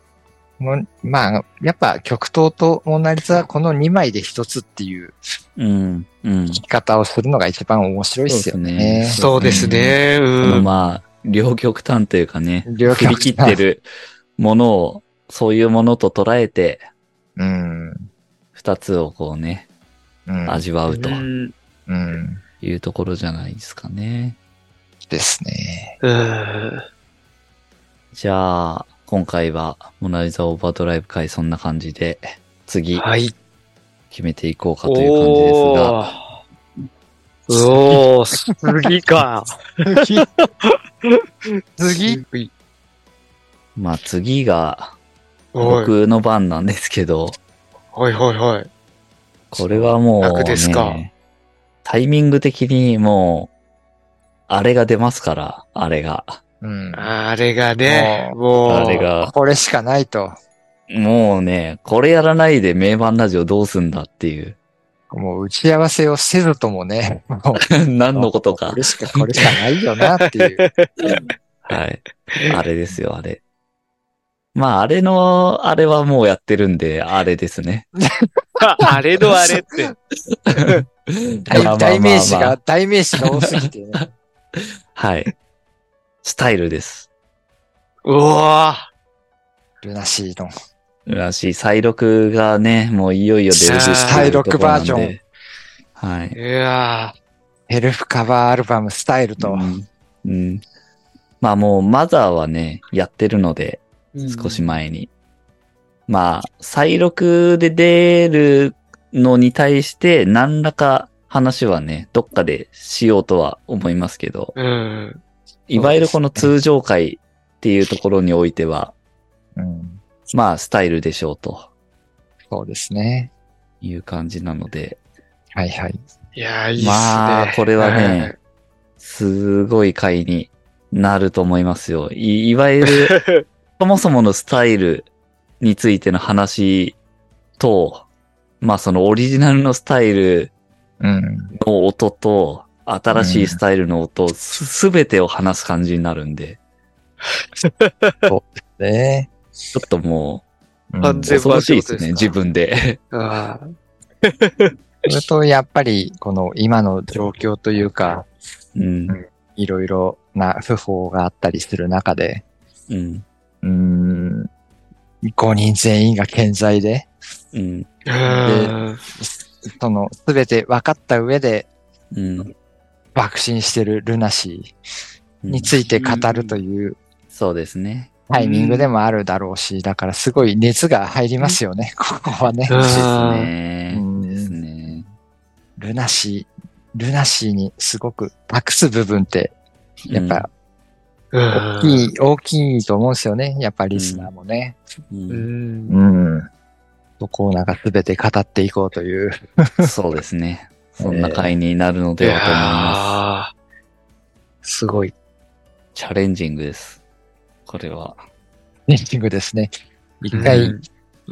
もうまあ、やっぱ極東とモナリザはこの2枚で1つっていううん。うん。生き方をするのが一番面白いっすよね。そうですねそうですね。うこのん。まあ、両極端というかね、 <laughs> 両振極り端切ってるものを、そういうものと捉えて、 <laughs> うん。二つをこうね、うん。味わうとうん。うん。いうところじゃないですかね。ですね。うん。じゃあ、今回はモナリザオーバードライブ会そんな感じで、次はい。決めていこうかという感じですが、おー。おー、次か。次次 <laughs> 次まあ次がおい。僕の番なんですけど、はいはいはい。これはもう、楽ですかね、タイミング的にもう、あれが出ますから、あれが。うん。あれがね、もう。あれ。が、これしかないと。もうね、これやらないで名盤ラジオどうすんだっていう、 <laughs> もう打ち合わせをせずともね、もう何のことかこ。れしか、これしかないよなっ <laughs> ていう。はい。あれですよ、あれ。まあ、あれの、あれはもうやってるんで、あれです <laughs> ね。 <laughs> あれのあれって。まあまあまあ大まあ代名詞が、代名詞が多すぎてね。 <laughs> はい。スタイルです。うわルナシーの。らしい。再録がね、もういよいよ出るスタイルバージョン。はー。い。いやヘルフカバーアルバムスタイルと。うん。うんまあもう、マザーはね、やってるので、ー。少し前に。まあ、再録で出るのに対して、何らか話はね、どっかでしようとは思いますけど、うん。いわゆるこの通常回っていうところにおいては、うん。まあ、スタイルでしょうとそうですね。いう感じなので、はいはい。いやー、いいっすね。まあこれはねすごい回になると思いますよ。いいわゆる、はい。そもそものスタイルについての話と、まあそのオリジナルのスタイルうん。の音と、新しいスタイルの音、すすべてを話す感じになるんで、ねちょっともうん完う、全恐ろしいですね、全部はって自分で。こ <laughs> あーそれと、やっぱり、この今の状況というか、うん。いろいろな不法があったりする中で、うん。うーん、5人全員が健在で、うん。うん。その、すべて分かった上で、うん。爆心してるルナシーについて語るというそうですね。タイミングでもあるだろうし、だからすごい熱が入りますよね、ここはね。うんですあーね。うんですね。ルナシー、ルナシーにすごく託す部分って、やっぱう大ん。きい、大きいと思うんですよね。やっぱリスナーもね。うん、ううんん。うん。そこをなんか全て語っていこうという。そうですね。そんな回になるのではと思います。やーすごい。チャレンジングです。これは。エンディングですね。一回、うん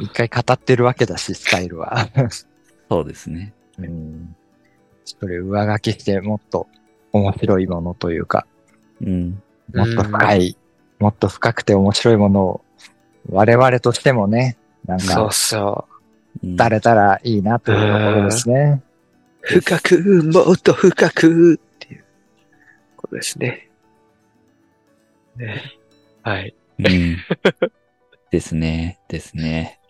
一回語ってるわけだし、スタイルは。そうですね。うん。それ上書きして、もっと面白いものというか、うん。もっと深い、もっと深くて面白いものを、我々としてもね、なんそうか、そう。うんだれたらいいなというところですね。深く、もっと深くっていうことですね。ね。はい。うん。ですね。ですね。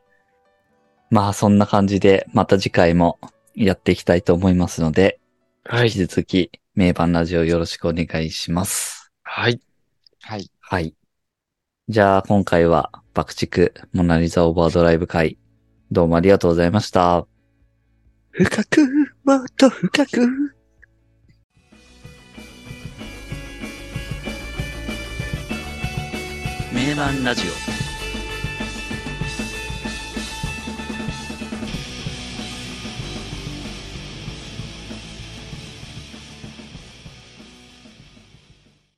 まあ、そんな感じで、また次回もやっていきたいと思いますので、は引きい。続き、名盤ラジオよろしくお願いします。はい。はい。はい。じゃあ、今回は、爆竹モナリザオーバードライブ会、どうもありがとうございました。深く、もっと深く。名盤ラジオ。